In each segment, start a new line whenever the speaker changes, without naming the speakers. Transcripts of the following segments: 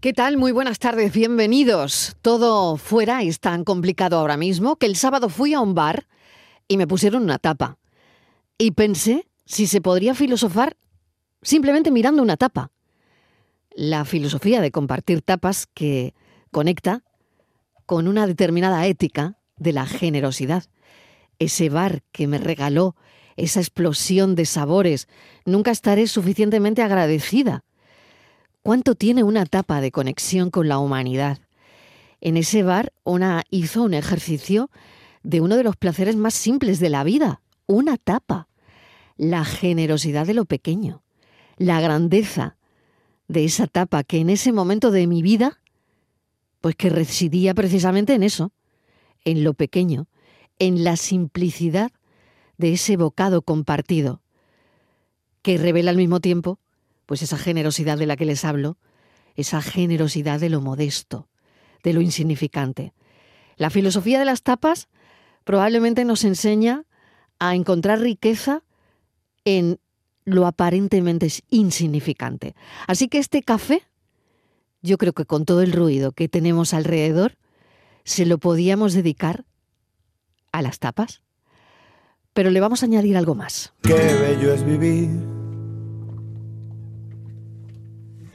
¿Qué tal? Muy buenas tardes, bienvenidos. Todo fuera es tan complicado ahora mismo que el sábado fui a un bar y me pusieron una tapa. Y pensé si se podría filosofar simplemente mirando una tapa. La filosofía de compartir tapas que conecta con una determinada ética de la generosidad. Ese bar que me regaló esa explosión de sabores, nunca estaré suficientemente agradecida. ¿Cuánto tiene una tapa de conexión con la humanidad? En ese bar, una hizo un ejercicio de uno de los placeres más simples de la vida, una tapa. La generosidad de lo pequeño, la grandeza de esa tapa que en ese momento de mi vida, pues que residía precisamente en eso, en lo pequeño, en la simplicidad de ese bocado compartido, que revela al mismo tiempo, pues esa generosidad de la que les hablo, esa generosidad de lo modesto, de lo insignificante. La filosofía de las tapas probablemente nos enseña a encontrar riqueza en lo aparentemente insignificante. Así que este café, yo creo que con todo el ruido que tenemos alrededor, se lo podíamos dedicar a las tapas pero le vamos a añadir algo más.
Qué bello es vivir.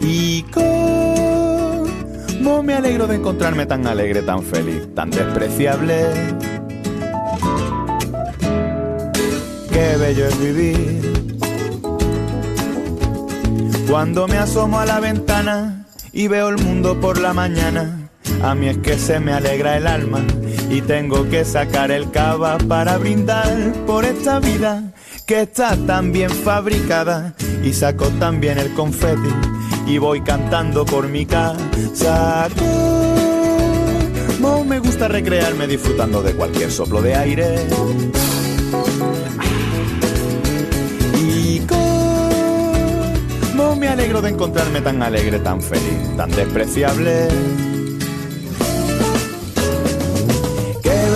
Y cómo me alegro de encontrarme tan alegre, tan feliz, tan despreciable. Qué bello es vivir. Cuando me asomo a la ventana y veo el mundo por la mañana, a mí es que se me alegra el alma y tengo que sacar el cava para brindar por esta vida que está tan bien fabricada y saco también el confeti y voy cantando por mi casa. No me gusta recrearme disfrutando de cualquier soplo de aire. Y cómo me alegro de encontrarme tan alegre, tan feliz, tan despreciable.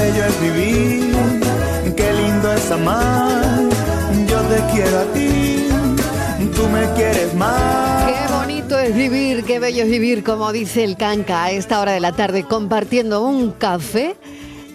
es vivir, qué lindo es amar, yo te quiero a ti, tú me quieres más.
Qué bonito es vivir, qué bello es vivir, como dice el canca a esta hora de la tarde, compartiendo un café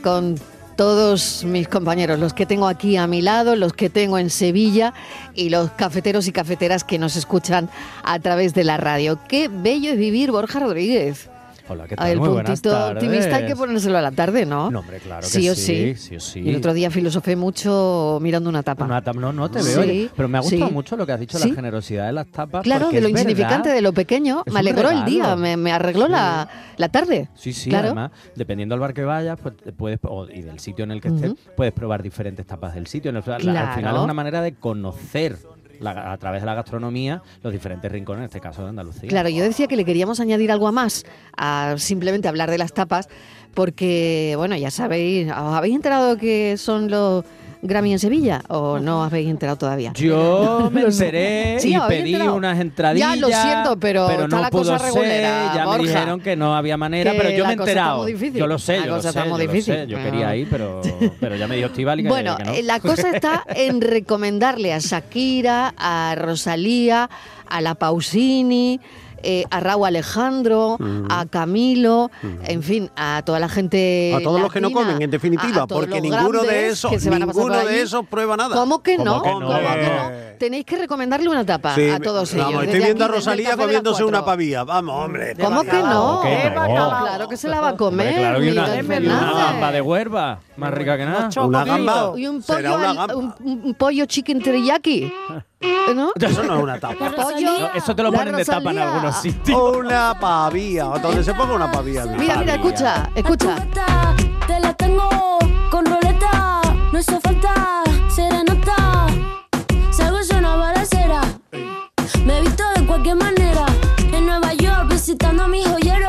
con todos mis compañeros, los que tengo aquí a mi lado, los que tengo en Sevilla y los cafeteros y cafeteras que nos escuchan a través de la radio. Qué bello es vivir, Borja Rodríguez.
Hola, ¿qué tal?
El
Muy buenas
puntito
tardes.
optimista hay que ponérselo a la tarde, ¿no?
No, hombre, claro que
sí. o
sí,
sí.
sí o sí.
Y el otro día filosofé mucho mirando una tapa.
Una tap- no, no te
Sí,
veo. oye, pero me ha gustado
sí.
mucho lo que has dicho,
Sí.
la generosidad de las tapas.
Claro,
porque
de lo
es verdad.
insignificante, de lo pequeño.
Es
Me
un
alegró el
regalo.
día, me, me arregló la, la tarde.
Sí, sí,
claro.
además, dependiendo del bar que vayas pues, te puedes, o- y del sitio en el que estés,
Ujú.
puedes probar diferentes tapas del sitio. En el- la-
Claro.
Al final es una manera de conocer la- a través de la gastronomía los diferentes rincones, en este caso de Andalucía.
Claro, yo decía que le queríamos añadir algo a más, a simplemente hablar de las tapas, porque, bueno, ya sabéis, ¿os habéis enterado que son los Grammy en Sevilla o no os habéis enterado todavía?
Yo me
Lo sé.
enteré
Sí,
y
habéis
pedí
enterado.
unas entradillas.
Ya lo siento, pero, está
no
la
pudo
cosa
ser,
regulera.
Ya
Borja.
me dijeron que no había manera,
que
pero yo
la
me he
cosa está
enterado.
muy difícil.
Yo lo sé,
La
yo lo
cosa
sé,
está muy
yo lo
difícil.
sé. Yo
No.
quería ir, pero, pero ya me dio Estivali que,
Bueno,
que no.
eh, la cosa está en recomendarle a Shakira, a Rosalía, a la Pausini, eh, a Raúl Alejandro, a Camilo, en fin, a toda Eh, la gente.
A todos los que no
latina,
comen, en definitiva,
a- a todos
porque
los
ninguno de
grandes
esos-
que se van a pasar
ninguno
por
de
allí.
esos prueba nada.
¿Cómo que no?
¿Cómo que no?
¿Cómo que no? Tenéis que recomendarle una tapa a todos ellos.
vamos, estoy
desde
viendo a
aquí, desde el Café
Rosalía
de las
comiéndose una
Cuatro.
pavía. Vamos, hombre.
¿Cómo que no?
¿Cómo que no?
Claro que se la va a
Hombre,
comer.
claro, y una,
Miguel
y una
Fernández.
gamba de huerva, más rica que nada.
Una gamba.
Y un
Será
pollo,
una
al-
gamba.
un- un- un pollo chicken teriyaki. ¿No?
Eso no es una tapa.
Pollo-
No, eso te lo
la
ponen de tapa en
Rosalía.
algunos sitios.
una pavía. o Donde se ponga una pavía. bien.
Mira, mira, escucha, escucha.
Artureta, Te la tengo con roleta. No hizo falta serenata. Salgo y una balacera. Me he visto de cualquier manera. En Nueva York visitando a mis joyeros.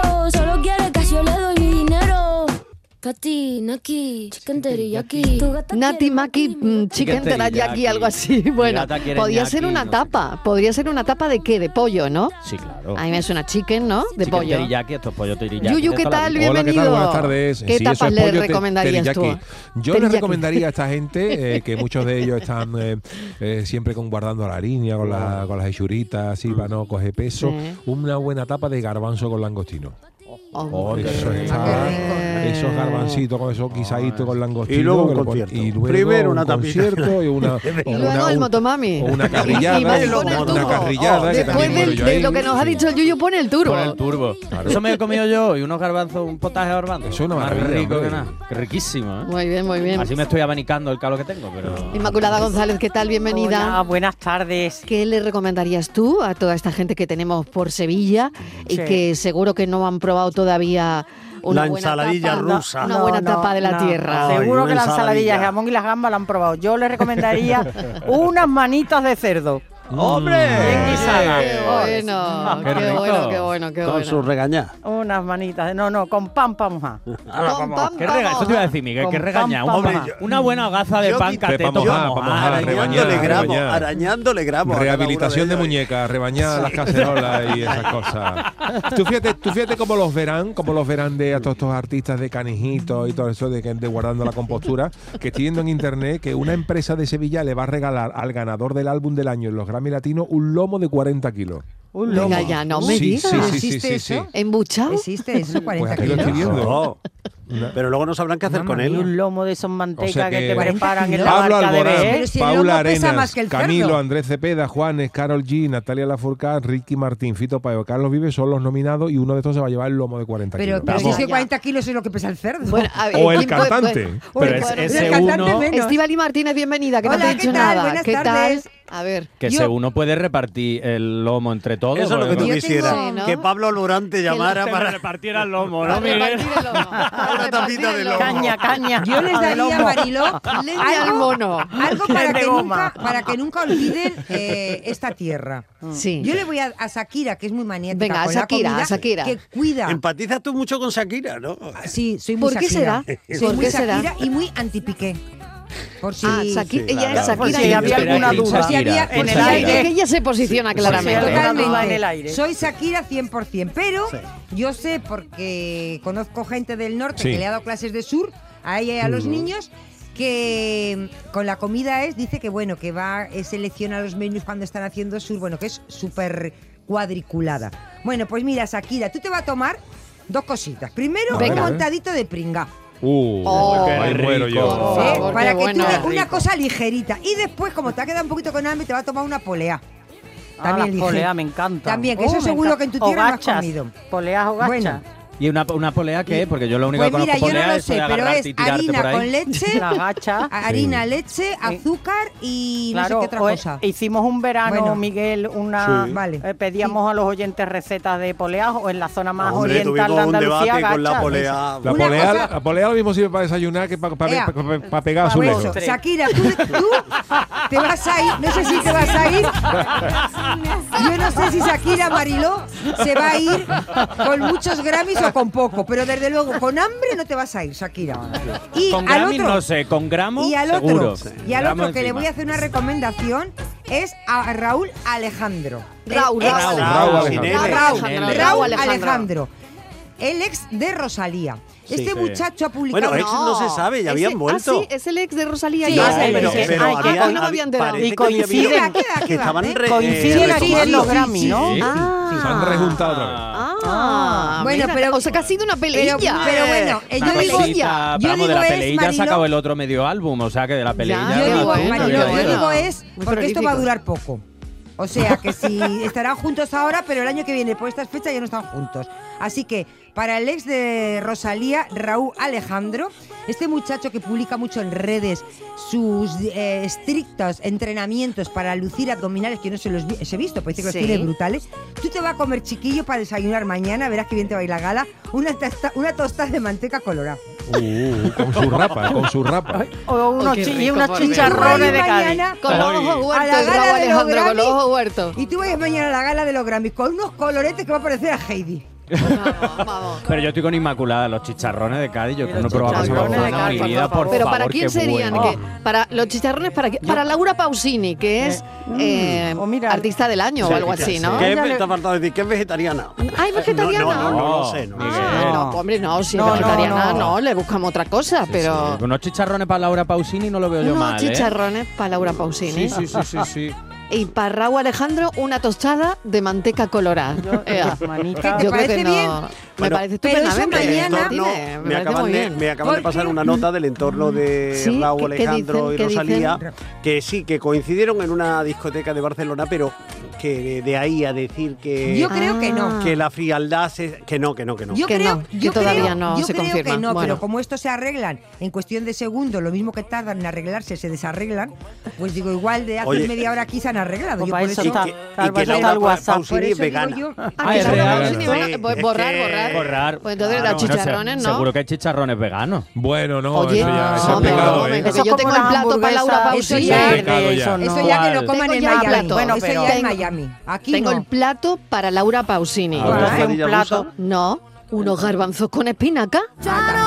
ti, Naki, chicken teriyaki. Tu gata
Nati
quiere
Maki
Naki, mi
mm,
gata-
Chicken Teriyaki,
teriyaki.
algo así.
Mi
Bueno,
gata quiere
podría
ñaki,
ser una
no sé
tapa. Podría ser una tapa de qué? De pollo, ¿no?
Sí, claro.
A mí me suena chicken, ¿no? De
Chicken
pollo.
teriyaki, estos pollos teriyaki
Yuyu,
de
¿qué
toda la
tal?
vida.
Hola,
Bienvenido.
¿qué tal? Buenas tardes.
¿Qué
Sí, eso
tapas
es
le
pollo te-
recomendarías tú?
teriyaki. Yo le
Teriyaki.
recomendaría a esta gente, eh, que muchos de ellos están eh, eh, siempre con guardando la línea, con, la- con las hechuritas, así, para no coger peso,
Sí.
una buena tapa de garbanzo con langostino.
Hombre.
qué
Eso
rico.
está,
Qué rico.
esos garbancitos con esos guisaditos con langostino.
Y luego un
que lo ponen-
concierto.
y luego
Primero
un
una tapita.
concierto y una...
Y
Y luego el motomami.
o una carrillada,
Y- y vas con el
una
turbo.
carrillada, que
Después
también
del-
muero yo
de
ahí.
lo que nos ha dicho el Yuyu, pone el turbo.
Con el turbo.
Claro.
Eso me he comido yo y unos garbanzos, un potaje de garbanzos.
Eso es una
Más
maravilla,
rico
hombre.
que nada. Qué riquísimo, ¿eh?
Muy bien, muy bien.
Así me estoy abanicando el calor que tengo, pero...
Inmaculada González, ¿qué tal? Bienvenida.
Hola, buenas tardes.
¿Qué le recomendarías tú a toda esta gente que tenemos por Sevilla y
Sí.
que seguro que no han probado todavía una
La
buena
ensaladilla
tapa,
rusa.
Una
No,
buena
no,
tapa de la
no.
tierra.
Ay,
Seguro
una
que la ensaladilla,
ensaladilla.
el jamón y las gambas la han probado. Yo les recomendaría unas manitas de cerdo.
Mm.
Bien
¡Hombre!
guisada.
Qué
Ah,
bueno, qué,
Qué rico.
bueno, qué bueno, qué
Con su
bueno.
regañá.
Unas manitas, de- no, no, con pan para mojar.
Pam, pam,
Qué
pam,
rega, eso te iba a decir, Miguel,
Con
qué
pan,
regaña.
pan,
Hombre,
pan.
yo- una buena gaza de
Yo
pan
quité
cateto
pa' mojar, pa' mojar,
ay,
rebañar,
Arañándole gramos,
rebañar.
arañándole gramos. a cada uno
Rehabilitación de
ellos.
muñecas, rebañar las cacerolas y esas cosas. Tú fíjate, tú fíjate cómo los verán, como los verán de a todos estos artistas de canejitos y todo eso de, que- de guardando la compostura, que estoy viendo en internet que una empresa de Sevilla le va a regalar al ganador del álbum del año en los Grammy Latinos un lomo de 40 kilos.
Un
Venga
lomo.
ya, no me
sí,
digas.
sí, sí, sí,
¿Existe
sí, sí.
eso?
¿Embuchado?
Existe eso, 40
Pues aquí lo estoy
kilos.
viendo.
No. Pero luego no sabrán qué hacer
Mamma
con
Y
él.
un lomo de esos mantecas que,
que-
te
40
preparan en la
kilos.
Pablo
barca de
Alborán,
Bebé.
Pero si el
Paula
lomo pesa
Arenas,
más que el cerdo.
Camilo, Andrés Cepeda, Juanes, Carol G, Natalia Lafourcade, Ricky Martín, Fito Payo, Carlos Vives son los nominados y uno de estos se va a llevar el lomo de 40
Pero,
kilos.
pero si
Vamos.
es que 40 kilos es lo que pesa el cerdo.
Bueno, a ver,
O el
¿quién puede-
cantante.
puede-
Oye,
Pero es-
claro,
ese
el cantante
uno-
menos.
Estivali Martínez, bienvenida, que no
Hola,
te he
¿qué
dicho
tal?
nada.
Buenas
¿Qué
tardes.
tal? A ver.
Que
Yo-
según uno puede repartir el lomo entre todos. pues,
Eso es lo que
porque
Yo
tú quisieras.
tengo- Sí, ¿no?
Que Pablo Lorante llamara
no-
para.
repartiera el lomo,
Para
¿no,
repartir
Miguel?
el lomo, para
Una tapita
repartir el
de
lomo.
lomo.
Caña, caña.
Yo les daría,
Lomo.
Mariló,
Leña al mono.
algo
Que
para
de
que,
goma.
nunca, para que nunca olviden eh, esta tierra.
Mm.
Sí.
Yo le voy a, a Shakira, que es muy maniática
Venga, a
con la
Shakira,
comida,
a Shakira.
que cuida.
Empatizas tú mucho con Shakira, ¿no?
Sí, soy muy
¿Por qué
Shakira.
será?
Soy
¿Por
muy
qué será?
Shakira y muy antipiqué. Por si...
Ah, Shakira, ella es
claro.
Shakira.
Por
y
si había
Shakira.
alguna duda.
Si había-
en
Sí,
el
hay- es que
aire.
ella se posiciona claramente.
sí,
¿eh?
Totalmente.
Totalmente.
en el aire.
Soy Shakira 100%, pero yo sé porque conozco gente del norte
Sí.
que le ha dado clases de sur a ella y a los niños que mm, con la comida es, dice que bueno, que va, eh, selecciona los menús cuando están haciendo sur, bueno, que es súper cuadriculada. Bueno, pues mira, Shakira, tú te vas a tomar dos cositas. Primero,
Venga.
un montadito de pringa.
Uh,
Oh,
ahí
qué
muero
rico.
yo.
Por
¿eh?
Oh,
favor,
para
qué
que
bueno.
tú
Qué
una
rico.
cosa ligerita. Y después, como te ha quedado un poquito con hambre, te va a tomar una polea.
Ah, las
ligera.
poleas, me encanta.
También, que eso seguro que en tu tierra no has comido.
Poleas o
Bueno.
gachas.
¿Y una, una polea qué es? Porque yo lo único
Pues
que
mira,
conozco
yo no
polea
lo
es eso
sé,
de
pero
agarrarte
es
y tirarte por
harina
ahí.
con leche,
La gacha.
a- harina, leche, azúcar y
Claro,
no sé qué
o- e,
otra cosa.
hicimos un verano,
Bueno.
Miguel, una
Sí. Vale.
eh, pedíamos a los oyentes recetas de poleas o en la zona más
Hombre,
oriental de
tuvimos un
Andalucía.
debate
gachas.
con la polea.
La
Una
polea,
cosa-
la polea lo mismo sirve para desayunar que para,
Ea.
pegar a su
Por
lejos.
eso, Shakira, tú, tú te vas a ir, no sé si te vas a ir. Yo no sé si Shakira Mariló se va a ir con muchos Grammys o con poco, pero desde luego con hambre no te vas a ir, Shakira. Y
Con
al
Grammy
otro,
no sé, con gramos
y al
seguro.
otro, y al
Gramos
otro que le
encima.
voy a hacer una recomendación es a Raúl Alejandro.
Raúl,
El ex-
Raúl,
Raúl
Raúl,
Alejandro.
Raúl,
Raúl, Raúl
Alejandro. Raúl
Alejandro. El ex de Rosalía.
Sí,
este
sí.
muchacho ha publicado.
Bueno, ex no se sabe, ya habían
Ese-
vuelto.
Ah, sí, es el ex de Rosalía.
Sí,
ya
es
sé,
el
pero-
ex.
ah,
Ay,
ah,
había-
hoy no me había enterado.
parece
Y
que había-
coinciden.
Queda, queda,
que estaban
¿eh?
re-
Coinciden
eh,
aquí en los
sí,
Grammy,
sí,
¿no?
sí.
Ah.
Se han rejuntado otra vez.
Ah,
Bueno,
mira,
pero-
o sea, que ha sido una
pero,
peleilla.
pero bueno, eh,
Una
yo digo,
peleita,
yo
vamos,
digo
de la
es,
peleilla se
Mariló,
acabó el otro medio álbum, o sea que de la peleilla.
Ya,
yo
qué
digo,
bueno,
Mariló,
qué
yo
bueno.
digo es
Muy
porque esto
prolífico.
va a durar poco. O sea que si estarán juntos ahora, pero el año que viene por estas fechas ya no están juntos. Así que para el ex de Rosalía, Raúl Alejandro, este muchacho que publica mucho en redes sus eh, estrictos entrenamientos para lucir abdominales, que yo no se los vi- os he visto, parece que
Sí.
los tiene brutales, tú te vas a comer chiquillo para desayunar mañana, verás que bien te va a ir la gala, una, tosta- una tostada de manteca colorada.
Uh, con su rapa, con su rapa.
O unos
qué
chi- y
rico,
unos
por
chicharrones de
Dios.
Cádiz.
Mañana-
con los ojos
A la
huertos, el
gala de
Raúl
los
Alejandro, con los
Grammy.
ojos huertos.
Y tú vayas mañana a la gala de los Grammys con unos coloretes que va a parecer a Heidi.
Vamos, vamos.
Pero yo estoy con Inmaculada, los chicharrones de Cádiz, yo
Y
que no
los
he probado cosa más
chicharrones de
buena en mi
Cádiz,
vida,
por
por
Pero para
favor,
quién
qué
serían?
bueno.
Que- para los chicharrones para quién? Para Laura Pausini, que es
mm,
eh,
o mira-
artista del año o algo así, ¿no?
¿Qué
Ya
es,
le-
te ha faltado decir? ¿Qué es vegetariana?
Ay, vegetariana.
No, no, no, no lo
No,
sé. No, lo
Miguel.
sé.
Ah, no, hombre, no, si es
No, no,
vegetariana, no,
no.
le buscamos otra cosa, pero
Unos chicharrones para Laura Pausini no lo veo yo
unos
mal, ¿eh?
chicharrones para Laura Pausini.
Sí, sí, sí, sí, sí.
Y para Raúl Alejandro, una tostada de manteca colorada. Ea.
Manita.
¿Te
Yo creo
parece
que no.
bien?
Me
Bueno,
parece
pero eso
estupendamente.
mañana-
Martínez,
entorno-
me
me,
parece
acaban
muy
de,
bien.
me acaban de pasar una nota del entorno de
Sí,
Raúl
¿qué- qué
Alejandro
dicen? ¿Qué
y Rosalía,
dicen?
que sí, que coincidieron en una discoteca de Barcelona, pero que de, de ahí a decir que,
Yo creo que no.
que la frialdad se- que no, que no, que no.
Yo
Que
creo,
no, que
yo
todavía
creo-
no
yo
se
creo
confirma.
que no,
Bueno.
pero como esto se arreglan en cuestión de segundos, lo mismo que tardan en arreglarse, se desarreglan, pues digo, igual de hace
Oye.
media hora aquí se han arreglado.
Pues
Yo
para
por
eso
eso,
y
está.
que,
Tal
y
vez
que
está
Laura
el
Pa-
WhatsApp,
por
Pausini es
eso digo
vegana.
yo,
Ah,
Ah,
que
es
Laura
real.
Pausini,
Sí,
bueno,
es
pues borrar,
que-
borrar.
Borrar.
Pues entonces
Claro,
los
no
Bueno, se-
chicharrones, ¿no?
Seguro que hay chicharrones veganos.
Bueno, no,
Oye,
eso ya eso
no,
es
hombre,
pecado,
hombre,
¿eh?
que
Eso
yo
como
tengo
una
el plato para Laura
hamburguesa, Eso
Pausini.
ya,
Sí, claro,
es de-
ya.
eso no.
eso ya que lo
¿Cuál?
coman
Tengo
en
ya el
Miami.
plato.
Bueno, eso
Tengo-
ya en Miami. Aquí
Tengo
no.
el plato para Laura Pausini.
Ah,
Bueno,
Ahora,
hace un
¿Guardilla
plato. Ah,
rusa?
No, unos garbanzos con espinaca.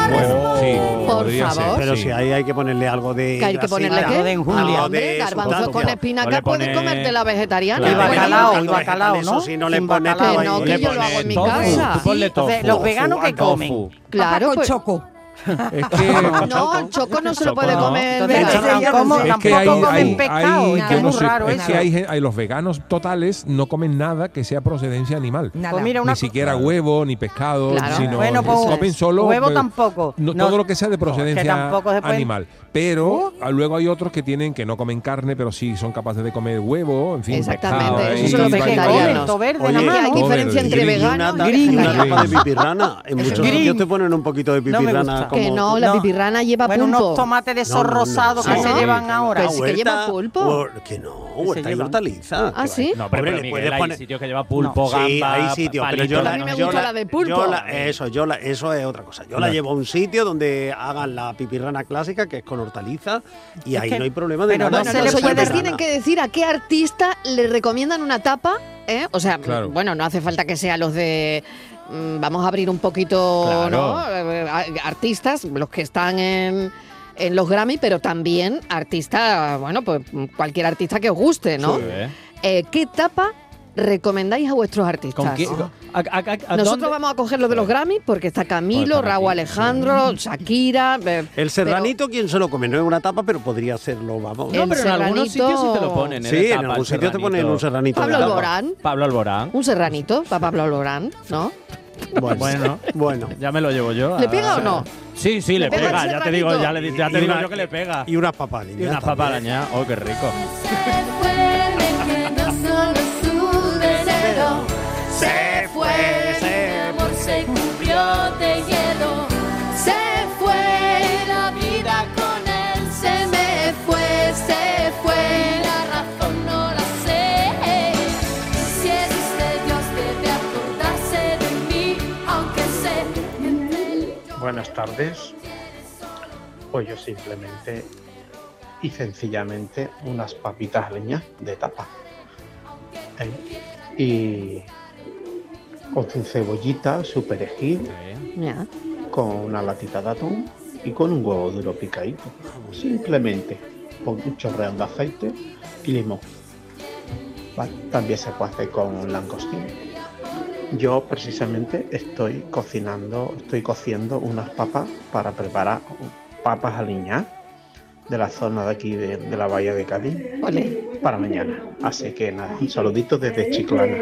Bueno, sí,
Por
podría ser,
favor.
Pero
sí.
si ahí hay que ponerle algo de.
Que hay que ponerle
grasita,
qué? Ah,
Algo de enjundia.
algo
Hombre,
de
garbanzos con
sustancia.
espinaca
No le
puedes
pone-
comerte la vegetariana.
Y
Bueno,
bacalao, y
algo de
bacalao,
vegetales,
¿no?
Eso sí, no le
Sin
pones
bacalao
todo
Que no,
ahí.
que yo
Le
lo
pones
hago en mi
tofu,
casa.
tú ponle tofu.
Entonces, los veganos que
tofu.
comen.
Claro,
Papa con
pues.
choco.
Es que,
No, el choco no se lo
Choco
puede
no.
comer.
Entonces,
vegano.
Pero ya
tampoco,
no sé.
es que
tampoco
hay,
comen
hay,
pescado,
hay-
es que
yo
es
no
muy
sé,
raro
es
eso.
que hay, gen- hay los veganos totales no comen nada que sea procedencia animal.
Nada.
Pues mira, una
ni siquiera huevo, ni pescado,
Claro.
sino
Bueno, pues,
comen solo
huevo
eh,
tampoco.
no-
No,
todo lo que sea de
no, es que
procedencia
tampoco se pueden-
animal. Pero ah, luego hay otros que tienen que no comen carne, pero sí son capaces de comer huevo, en fin,
Exactamente,
pescado,
esos
eh,
son los
y varias
vegetarianos.
cosas.
Todo verde,
Oye,
nada
Que
más,
hay
¿no?
diferencia entre
Green,
vegano
Una, ta-
y
una
vegetariano.
tapa de pipirrana. En muchos
Green.
sitios te ponen un poquito de
No me
pipirrana.
gusta.
como
Que no, la
No.
pipirrana lleva
Bueno,
pulpo.
unos tomates de esos
No, no, no. Pues
rosados que
Sí.
se llevan ahora.
Pero sí que lleva pulpo.
huer- que no, huerta y
lleva.
hortaliza.
¿Ah,
Que
sí?
va-
No,
Hombre,
pero, pero
le
Miguel,
puedes
hay
poner-
sitios que lleva pulpo, gamba,
Sí, hay sitios,
pa-
pero yo
palito.
la,
A mí me
yo
gusta la de pulpo.
yo la- eso, yo la, eso es otra cosa. Yo la llevo a un sitio donde hagan la pipirrana clásica, que es con hortaliza, y ahí
que-
no hay problema de
pero
nada.
no
Bueno,
se
los
le puede
oyentes
dar
tienen que decir a qué artista le recomiendan una tapa, ¿eh? O sea,
Claro.
bueno, no hace falta que sea los de mm, vamos a abrir un poquito,
Claro.
¿no? Eh, a- Artistas, los que están en, en los Grammy, pero también artista, bueno, pues cualquier artista que os guste, ¿no?
Sí, ¿eh?
Eh, ¿Qué tapa recomendáis a vuestros artistas?
¿Con quién? ¿A- a- a- a
Nosotros
dónde?
vamos a coger los de los Grammy porque está Camilo,
Pues por aquí,
Raúl Alejandro, Shakira. eh,
El serranito, ¿quién se lo come? No es una tapa, pero podría hacerlo, vamos.
El
No, pero en
serranito-
algunos sitios sí te lo ponen. ¿eh?
Sí,
De
en
tapa,
algún
el
sitio te ponen un serranito
Pablo
de tapa.
Alborán.
Pablo Alborán.
Un serranito para Pablo Lorán, ¿no?
Bueno,
Bueno.
bueno.
Ya me lo llevo yo.
¿Le pega o no?
Sí, sí, le
pega
pega.
el
Ya te digo, ya, le,
serranito?
ya te
Y
digo
una-
yo que le pega.
Y unas papalinas.
Y unas
también.
papalañas. Oh, qué rico.
Se fue, dejando solo su deseo. Se fue, mi amor se cubrió de hielo. Se fue la vida con él, se me fue, se fue la razón, no la sé. Si existe Dios debe acordarse de mí, aunque sé que en él yo
Buenas tardes. Pues yo simplemente y sencillamente unas papitas a leña de tapa. ¿eh? Y con su cebollita, su perejil,
Ya.
con una latita de atún y con un huevo duro picadito. Simplemente con un chorreón de aceite y limón. ¿vale? También se puede hacer con langostino. Yo precisamente estoy cocinando, estoy cociendo unas papas para preparar papas aliñadas de la zona de aquí de, de la bahía de Cádiz
Ole.
para mañana. Así que nada, un saludito desde Chiclana.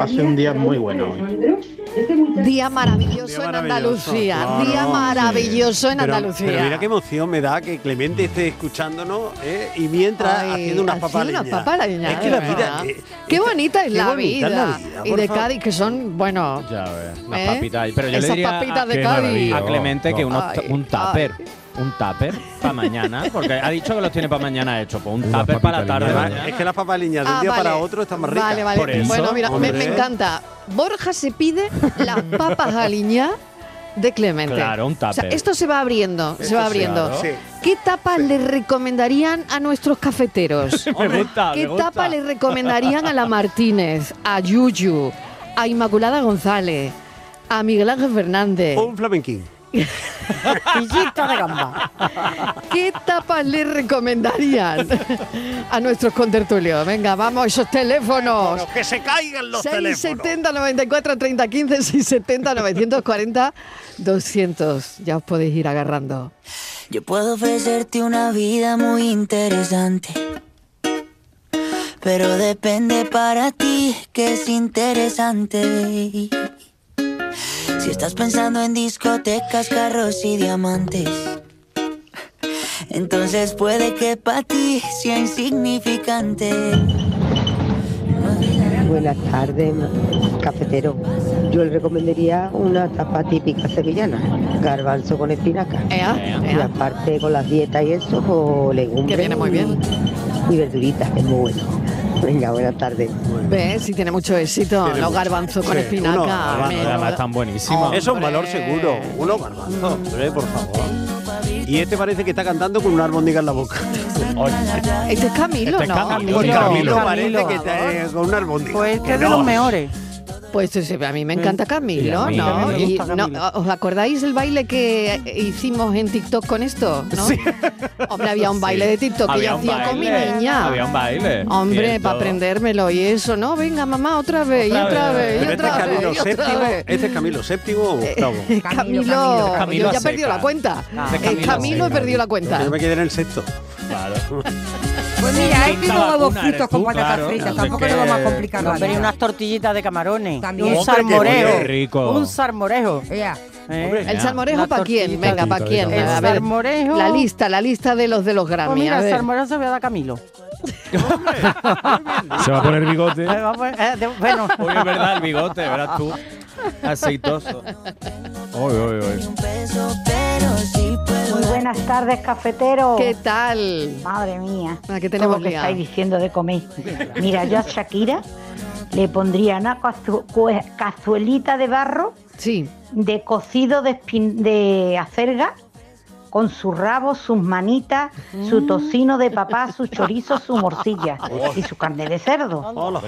Hace un día muy bueno hoy.
Este
Día maravilloso en
Día maravilloso,
Andalucía.
claro,
Día
sí.
maravilloso en
Pero-
Andalucía.
Pero mira qué emoción me da que Clemente esté escuchándonos ¿eh? y mientras
Ay,
haciendo unas
haciendo
papaleñas.
unas papaleñas,
Es que la
de
vida.
verdad.
eh,
Qué
esta-
bonita es
qué
la
bonita
vida.
es la vida,
Y
por
de
favor.
Cádiz, que son, bueno.
Ya ves. Unas
¿Eh?
papitas. Pero yo le
Esas
diría a-
papitas de
qué
Cádiz.
maravilla.
a
No,
Clemente que
no.
unos-
Ay,
un tupper. Un tupper para mañana, porque ha dicho que los tiene para mañana hecho. Pues un
Unas
tupper para
papitas
la tarde.
aliñadas.
Además,
mañana.
es que las papaliñas de un
Ah,
día
vale.
para otro están más ricas.
Vale, vale.
Por eso,
bueno, mira, me- me,
hombre.
encanta. Borja se pide las papas aliñadas de Clemente.
Claro, un
O sea,
tupper.
esto se va abriendo, se
Esto
va
sí,
abriendo.
claro. Sí.
¿Qué tapas le recomendarían a nuestros cafeteros?
me gusta,
¿Qué
me gusta.
tapa le recomendarían a la Martínez, a Yuyu, a Inmaculada González, a Miguel Ángel Fernández.
O un flamenquín.
Pillito de gamba.
¿Qué tapas le recomendarían a nuestros contertulios? Venga, vamos, esos teléfonos.
Que se caigan los teléfonos.
670 94 30 15 670 940 200. Ya os podéis ir agarrando.
Yo puedo ofrecerte una vida muy interesante. Pero depende para ti que es interesante. Si estás pensando en discotecas, carros y diamantes, entonces puede que para ti sea insignificante.
Buenas tardes, cafetero. Yo le recomendaría una tapa típica sevillana, garbanzo con espinaca.
Ea,
Y
ea,
aparte con las dietas y eso, o legumbres.
Que viene muy bien.
Y verduritas, es muy bueno. Venga, buenas tardes.
¿Ves? Si tiene mucho éxito.
Tiene
Los
mucho.
garbanzos con
Sí, unos
espinaca.
garbanzos,
menudo.
Además, están buenísimos.
Eso es un valor
Hombre.
seguro. Uno garbanzo, hombre, por favor. Y este parece que está cantando con una albóndiga en la boca.
Este es Camilo,
Este es
¿no?
Camilo,
Bueno,
sí, Camilo.
parece
Camilo,
que está eh, con una albóndiga.
Pues este
Que
es de
no.
los mejores.
Pues sí, a mí me encanta
Sí, a
Camilo,
mí
¿no?
también
Y,
me gusta
no,
Camilo.
¿Os acordáis el baile que hicimos en TikTok con esto? ¿no? Hombre, había un baile de TikTok que yo
Había un
hacía con mi
baile,
niña.
Había un baile.
Hombre,
cierto.
para aprendérmelo y eso, ¿no? Venga, mamá, otra vez, y
Otra
otra
vez.
vez, y
Pero este es
otra
Camilo
vez, y otra
séptimo.
vez.
Este es Camilo séptimo o octavo. Este
Camilo,
Camilo,
Camilo
yo ya he
a
perdido
secas.
la cuenta.
No.
Eh,
Camilo a
Camilo he
secas.
perdido la cuenta.
Yo me quedé en el sexto.
Claro.
Pues mira, he
Sin
pedido huevos
vacuna eres
fritos con
tú,
patatas
claro.
fritas,
No sé
tampoco
qué.
lo vamos a complicar la
Hombre, y
vida.
unas tortillitas de camarones.
También.
Un
Hombre, qué
salmorejo.
rico.
Un salmorejo.
Ea,
¿eh?
Hombre,
¿El salmorejo
Una
para quién?
tortillita
Venga, para
de
quién.
El
A ver,
salmorejo.
la lista, la lista de los de los
Pues
Grammy.
mira,
a
el
ver.
salmorejo se lo voy a dar a Camilo.
Se va a poner bigote.
Eh, vamos, eh, de- bueno.
Uy, es verdad, el bigote, verás tú. Aceitoso. Uy, uy, uy.
Un peso, pero sí puedo.
Muy buenas tardes, cafetero.
¿Qué tal?
Madre mía.
¿A qué
Todo
tenemos
lo que
liado?
estáis diciendo de comer. Mira, yo a Shakira le pondría una cazu- cue- cazuelita de barro
Sí.
de cocido de, espin- de acerga con su rabo, sus manitas,
Mm.
su tocino de papá, su chorizo, su morcilla y su carne de cerdo.
Hola.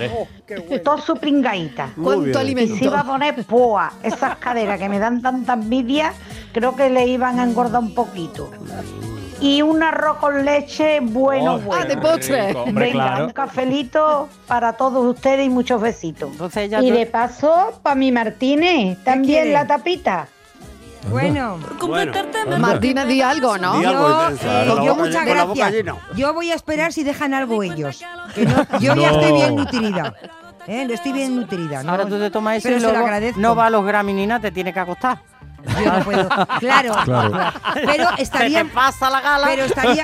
Todo su pringadita.
Muy
¿Cuánto
bien.
Y si iba a
alimento?
poner poa, esas caderas que me dan tanta envidia, creo que le iban a engordar un poquito. Y un arroz con leche bueno,
Oh,
Ah,
qué
de po-
bueno.
postre.
rico, Hombre,
Venga,
claro.
un cafelito para todos ustedes y muchos besitos.
Entonces ya
y
tú-
de paso, para mi Martínez,
quiere?
también la tapita.
Bueno.
Bueno,
Martina, di algo, ¿no?
Di algo.
Yo,
intenso,
eh,
con la
yo
boca
muchas
llena, con la boca
gracias.
llena.
Yo voy a esperar si dejan algo ellos. Que no- yo ya
No.
estoy bien nutrida. Eh, no estoy bien nutrida. ¿no?
Ahora tú te tomas eso
Pero
y
se lo
luego
agradezco.
no va a los Grammy ni nada, te tiene que acostar.
Yo no puedo. Claro.
Claro.
Pero
Se te
estaría,
pasa la gala.
pero estaría,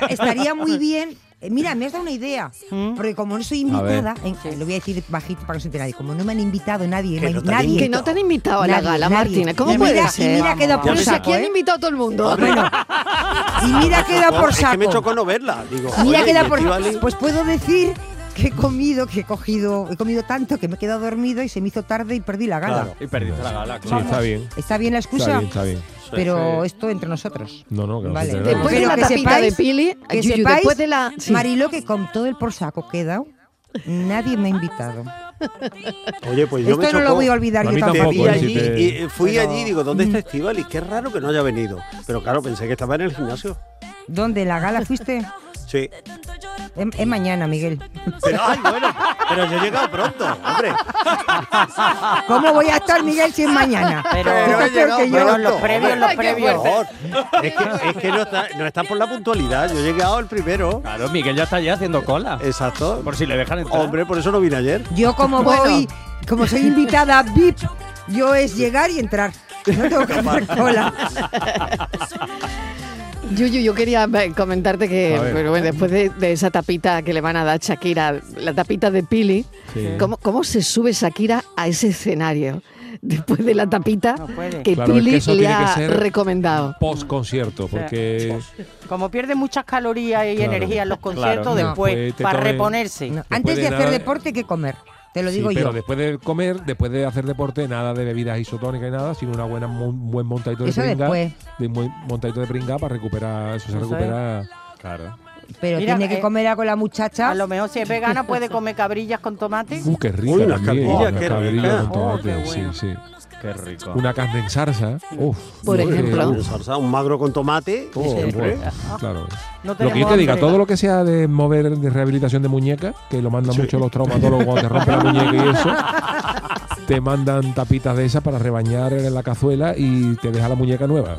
estaría muy bien. eh, Mira, me has dado una idea.
¿Mm?
Porque como no soy invitada, en- eh, lo voy a decir bajito para que no se entere nadie. Como no me han invitado nadie,
Que
me-
no te han
nadie.
Que no te han invitado a la
Nadie,
gala,
nadie.
Martina. ¿Cómo
Y
puede
mira,
ser?
Y mira, queda por
Pero si
saco.
aquí han
¿eh?
invitado a todo el mundo.
Y mira, queda por
Es que me
saco.
chocó no verla. Digo,
Mira,
oye,
queda
¿y
por
Estivali?
Pues puedo decir que he comido, que he cogido, he comido tanto que me he quedado dormido y se me hizo tarde y perdí la gala.
Y perdiste la gala,
Sí,
claro.
está bien.
Está bien la
Está
excusa,
bien, está bien.
pero esto entre nosotros.
No, no, que no
Vale.
se te-
Después de
Pero
la
que
tapita
sepáis-
de Pili,
Que
Yuyu,
sepáis,
después de la... sí.
Mariló, que con todo el por saco que he dado, nadie me ha invitado.
Oye, pues yo me
Esto no lo
chocó.
voy a olvidar
A
yo
mí
Te
tampoco.
vi
Tampoco, ¿eh?
allí,
si te-
y, eh, fui
Pero-
allí, digo, ¿dónde está Estivali? Qué raro que no haya venido. Pero claro, pensé que estaba en el gimnasio.
¿Dónde? ¿La gala fuiste?
Sí.
Es es mañana, Miguel.
Pero, ay, bueno, pero yo he llegado pronto, hombre.
¿Cómo voy a estar, Miguel, si es mañana?
Pero-
Tú estás
he llegado
peor que yo.
Pero en
pronto,
los previos, en los
hombre, por
previos.
favor. Es que, es que no, está, no está por la puntualidad. Yo he llegado el primero.
Claro, Miguel ya está allí haciendo cola.
Exacto.
Por si le dejan entrar.
Hombre, por eso no vine ayer.
Yo como
Bueno.
voy, como soy invitada VIP, yo es llegar y entrar. No tengo que hacer cola.
Yuyu, yo quería eh, comentarte que
A ver.
pero bueno, después de, de esa tapita que le van a dar Shakira, la tapita de Pili,
Sí.
¿cómo, cómo se sube Shakira a ese escenario después de la tapita
no puede.
que
Claro, es que
Pili
eso
le
tiene que
ha
ser-
recomendado?
Post concierto, porque
Como pierde muchas calorías y
Claro.
energía en los conciertos,
Claro.
No.
después,
Pues te
para
comen-
reponerse.
No,
Después
Antes
de
de hacer
nada-
deporte hay que comer, te lo
Sí,
digo yo.
Pero después de comer, después de hacer deporte, nada de bebidas isotónicas y nada, sino una buena, mo- un buen montadito de
Eso
pringa.
después.
De un buen montadito de pringa para recuperar. Eso se
Eso es.
recupera. Claro.
Pero
Mira,
tiene que
eh,
comer algo la muchacha.
A lo mejor si es vegana puede comer cabrillas con tomate.
Uh, qué rica.
Uy, las
también,
cabrillas,
las
qué
cabrillas
rica.
con
Oh,
tomate,
qué bueno.
Sí, sí.
Qué rico.
Una carne en salsa. Uf, eh,
Por
Uy,
ejemplo.
uf.
Salsa, un magro con tomate.
Oh,
siempre.
bueno,
Ah,
claro.
No
lo
tenemos
que yo te diga,
hambre.
todo lo que sea de mover, de rehabilitación de muñeca, que lo mandan
Sí.
mucho los traumatólogos cuando te rompen la muñeca y eso, te mandan tapitas de esas para rebañar en la cazuela y te deja la muñeca nueva.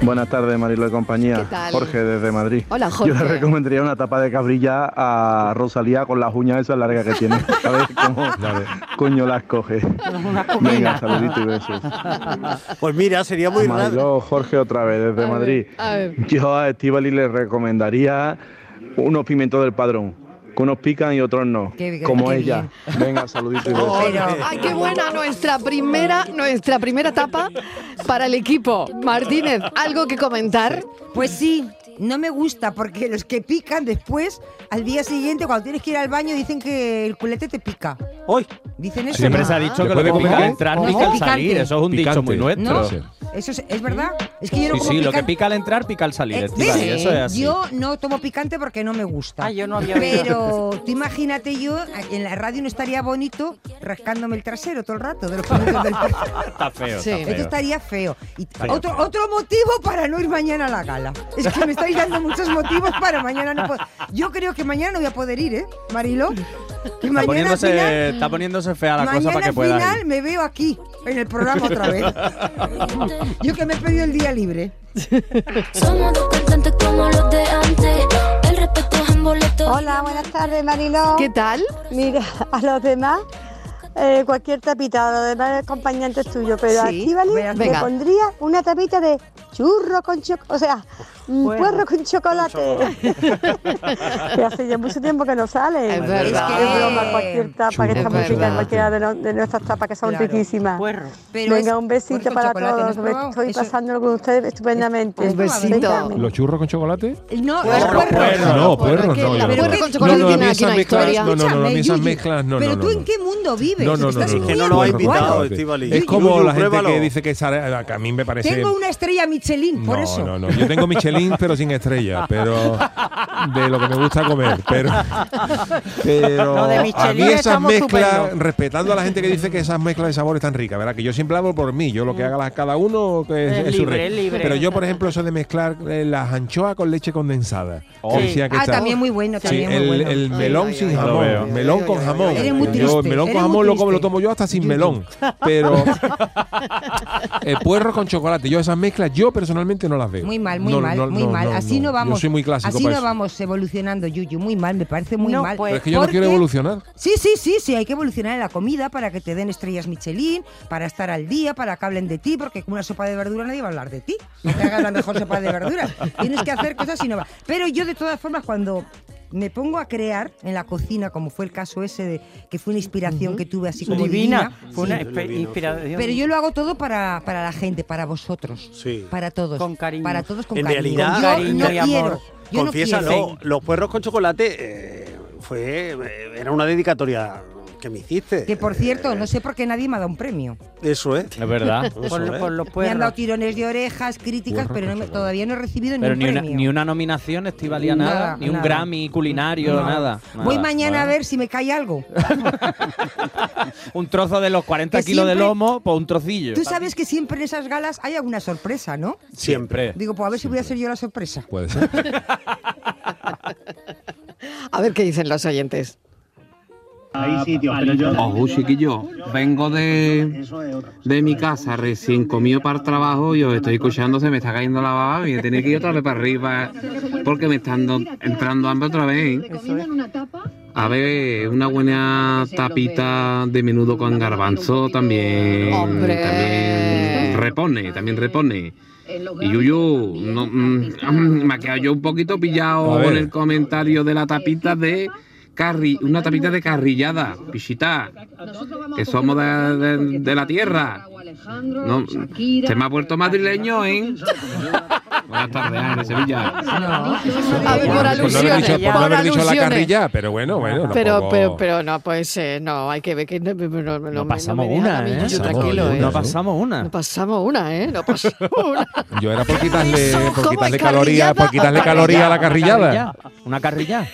Buenas tardes, Marilo de compañía.
¿Qué tal?
Jorge desde Madrid.
Hola, Jorge.
Yo le recomendaría una tapa de cabrilla a Rosalía con las uñas esas largas que tiene. A ver cómo coño las coge. Venga, saludito y besos.
Pues mira, sería muy raro.
Mariló, Jorge otra vez desde Madrid.
a ver.
Yo a Estivali le recomendaría unos pimientos del padrón. Que unos pican y otros no.
Qué-
como
qué
ella. Venga, saludito y besos.
Ay, qué buena nuestra primera, nuestra primera etapa para el equipo. Martínez, ¿algo que comentar?
Pues sí, no me gusta porque los que pican después, al día siguiente, cuando tienes que ir al baño, dicen que el culete te pica.
Hoy.
Dicen eso.
Siempre se ha dicho que
Después de
lo que pica
comer,
al entrar
¿cómo?
pica al
Picante.
salir. Eso es un dicho
Picante.
muy nuestro.
No.
Sí,
Eso es, es verdad. Es que yo no como
sí, lo que
picante.
pica al entrar, pica al salir.
Eh,
Estíbaliz,
¿ves?
eso es así.
Yo no tomo picante porque no me gusta. yo no
había oído.
Pero tú imagínate yo, en la radio no estaría bonito rascándome el trasero todo el rato de los pimientos del
Está feo,
Sí.
está
Esto
feo.
estaría feo. Y
Feo,
otro, otro motivo para no ir mañana a la gala. Es que me estáis dando muchos motivos para mañana no poder. Yo creo que mañana no voy a poder ir, ¿eh, Marilo? Que
Está
mañana al
poniéndose,
final,
está poniéndose fea la cosa
mañana
para que
al
pueda ir.
final me veo aquí, en el programa otra vez. Yo que me he pedido el día libre.
Somos dos cantantes como los de antes. El respeto es en boleto.
Hola, buenas tardes, Mariló. ¿Qué
tal?
Mira, a los demás, eh, cualquier tapita, a los demás acompañantes tuyos, pero
Sí,
aquí, ¿vale?
veas, venga.
Le pondría una tapita de churro con chocolate, o sea, un
Bueno,
puerro con chocolate. que hace ya mucho tiempo que no sale.
Es verdad.
Es que es broma, cualquier tapa
Churro
que está
con
muy rica,
chocolate.
cualquiera de, no- de nuestras tapas que son
Claro,
riquísimas.
Pero
Venga,
es
un besito
puerro con
para
chocolate, ¿no has
todos. Me
probado?
estoy
Eso-
pasándolo con ustedes estupendamente.
Un besito.
¿Los churros con chocolate?
No,
No, puerros no. yo
Pero
no.
¿qué-
No,
chocolate
no, a mí
tiene aquí
esas
una
mezclas-
historia?
No, no, no, a mí
Escúchame,
esas
Yuyu,
mezclas no,
Pero
no,
tú
no,
en
no.
qué mundo vives.
No, no, no,
Estás
no,
muy
no,
aguado.
no, no, no,
Estivali.
Es
Yuyu,
como la gente
pruébalo.
que dice que Sara, a mí me parece
Tengo una estrella Michelin, por
no,
eso.
No, no, yo tengo Michelin, pero sin estrella, pero de lo que me gusta comer, pero, pero
Lo de
a
Michelin
mí esas
estamos
mezclas,
estupendo.
respetando a la gente que dice que esas mezclas de sabores están ricas, ¿verdad? Que yo siempre hablo por mí, yo lo que haga las- cada uno que es,
Es
es su
libre,
rey.
es libre.
Pero yo, por ejemplo, eso de mezclar eh, las anchoas con leche condensada.
Oh. Sí. Ah, también muy bueno,
Sí,
también muy
el,
bueno.
el
Ay,
melón
ay,
sin
ay,
jamón,
ay, ay, ay,
melón con jamón.
Eres muy
Yo el
triste,
melón con
eres muy
jamón lo, como lo
triste.
tomo yo hasta sin melón, pero el puerro con chocolate, yo esas mezclas yo personalmente no las veo.
Ah, Muy mal, muy
No,
mal,
no,
muy
no,
mal.
no,
Así no,
Yo
vamos.
soy muy clásico
Así
para
no
eso.
vamos evolucionando, Yuyu. Muy mal, me parece muy
No,
mal.
pues. Pero es que yo no quiero evolucionar.
Sí, sí, sí, sí. Hay que evolucionar en la comida para que te den estrellas Michelin, para estar al día, para que hablen de ti, porque con una sopa de verdura nadie va a hablar de ti. No te hagas la mejor sopa de verduras. Tienes que hacer cosas innovadoras. Pero yo, de todas formas, cuando. Me pongo a crear en la cocina, como fue el caso ese de que fue una inspiración que tuve así como divina.
Divina. Fue una
Sí.
espe- inspiración.
Pero yo lo hago todo para, para la gente, para vosotros.
Sí.
Para todos. Con cariño. Para todos con
en
cariño.
realidad,
yo no quiero. Yo no
confiésalo,
quiero.
los puerros con chocolate eh, fue eh, era una dedicatoria que me hiciste.
Que por cierto, no sé por qué nadie me ha dado un premio.
Eso ¿eh? es.
Es verdad.
Eso es.
Me han dado tirones de orejas, críticas, pero no me- todavía no he recibido
Pero ni
ningún
una,
premio.
ni una nominación, Estivalía, nada,
Nada,
Ni un
nada.
Grammy culinario,
Nada.
nada.
Voy
nada.
mañana a
Bueno.
ver si me cae algo.
Un trozo de los 40
Que
kilos de
siempre-
lomo por un trocillo.
Tú sabes que siempre en esas galas hay alguna sorpresa, ¿no?
Siempre.
Digo, pues a ver si voy a ser yo la sorpresa.
Puede ser.
A ver qué dicen los oyentes.
Ojo, chiquillo, vengo de, de mi casa recién comido para el trabajo y os estoy escuchando, se me está cayendo la baba y tener que ir otra vez para arriba porque me está dando- entrando hambre otra vez. ¿eh? A ver, una buena tapita de menudo con garbanzo también, también repone, también repone. Y Yuyu, no, mm, me ha quedado yo un poquito pillado
A ver.
con el comentario de la tapita de carri, una tapita de carrillada, pichita, que somos de, de- de la tierra. No, se me ha vuelto madrileño, ¿eh? Buenas tardes, Ana de Sevilla.
A ver, Ah, por
Por no haber
alusiones.
dicho, por no
por
haber dicho la
alusiones.
carrilla, pero bueno, bueno.
Pero,
tampoco-
pero, pero no, pues eh, no, hay que ver que no, no- no- no me-
pasamos
no me dejan
una,
a mí,
¿eh?
yo
Pasamos
tranquilo,
una,
¿eh?
No pasamos una.
No pasamos una, ¿eh? No pasamos una.
Yo era por quitarle, por
¿Cómo
quitarle
es carrillada
calorías, por
o
quitarle calorías a la
carrillada?
carrillada.
Una carrilla.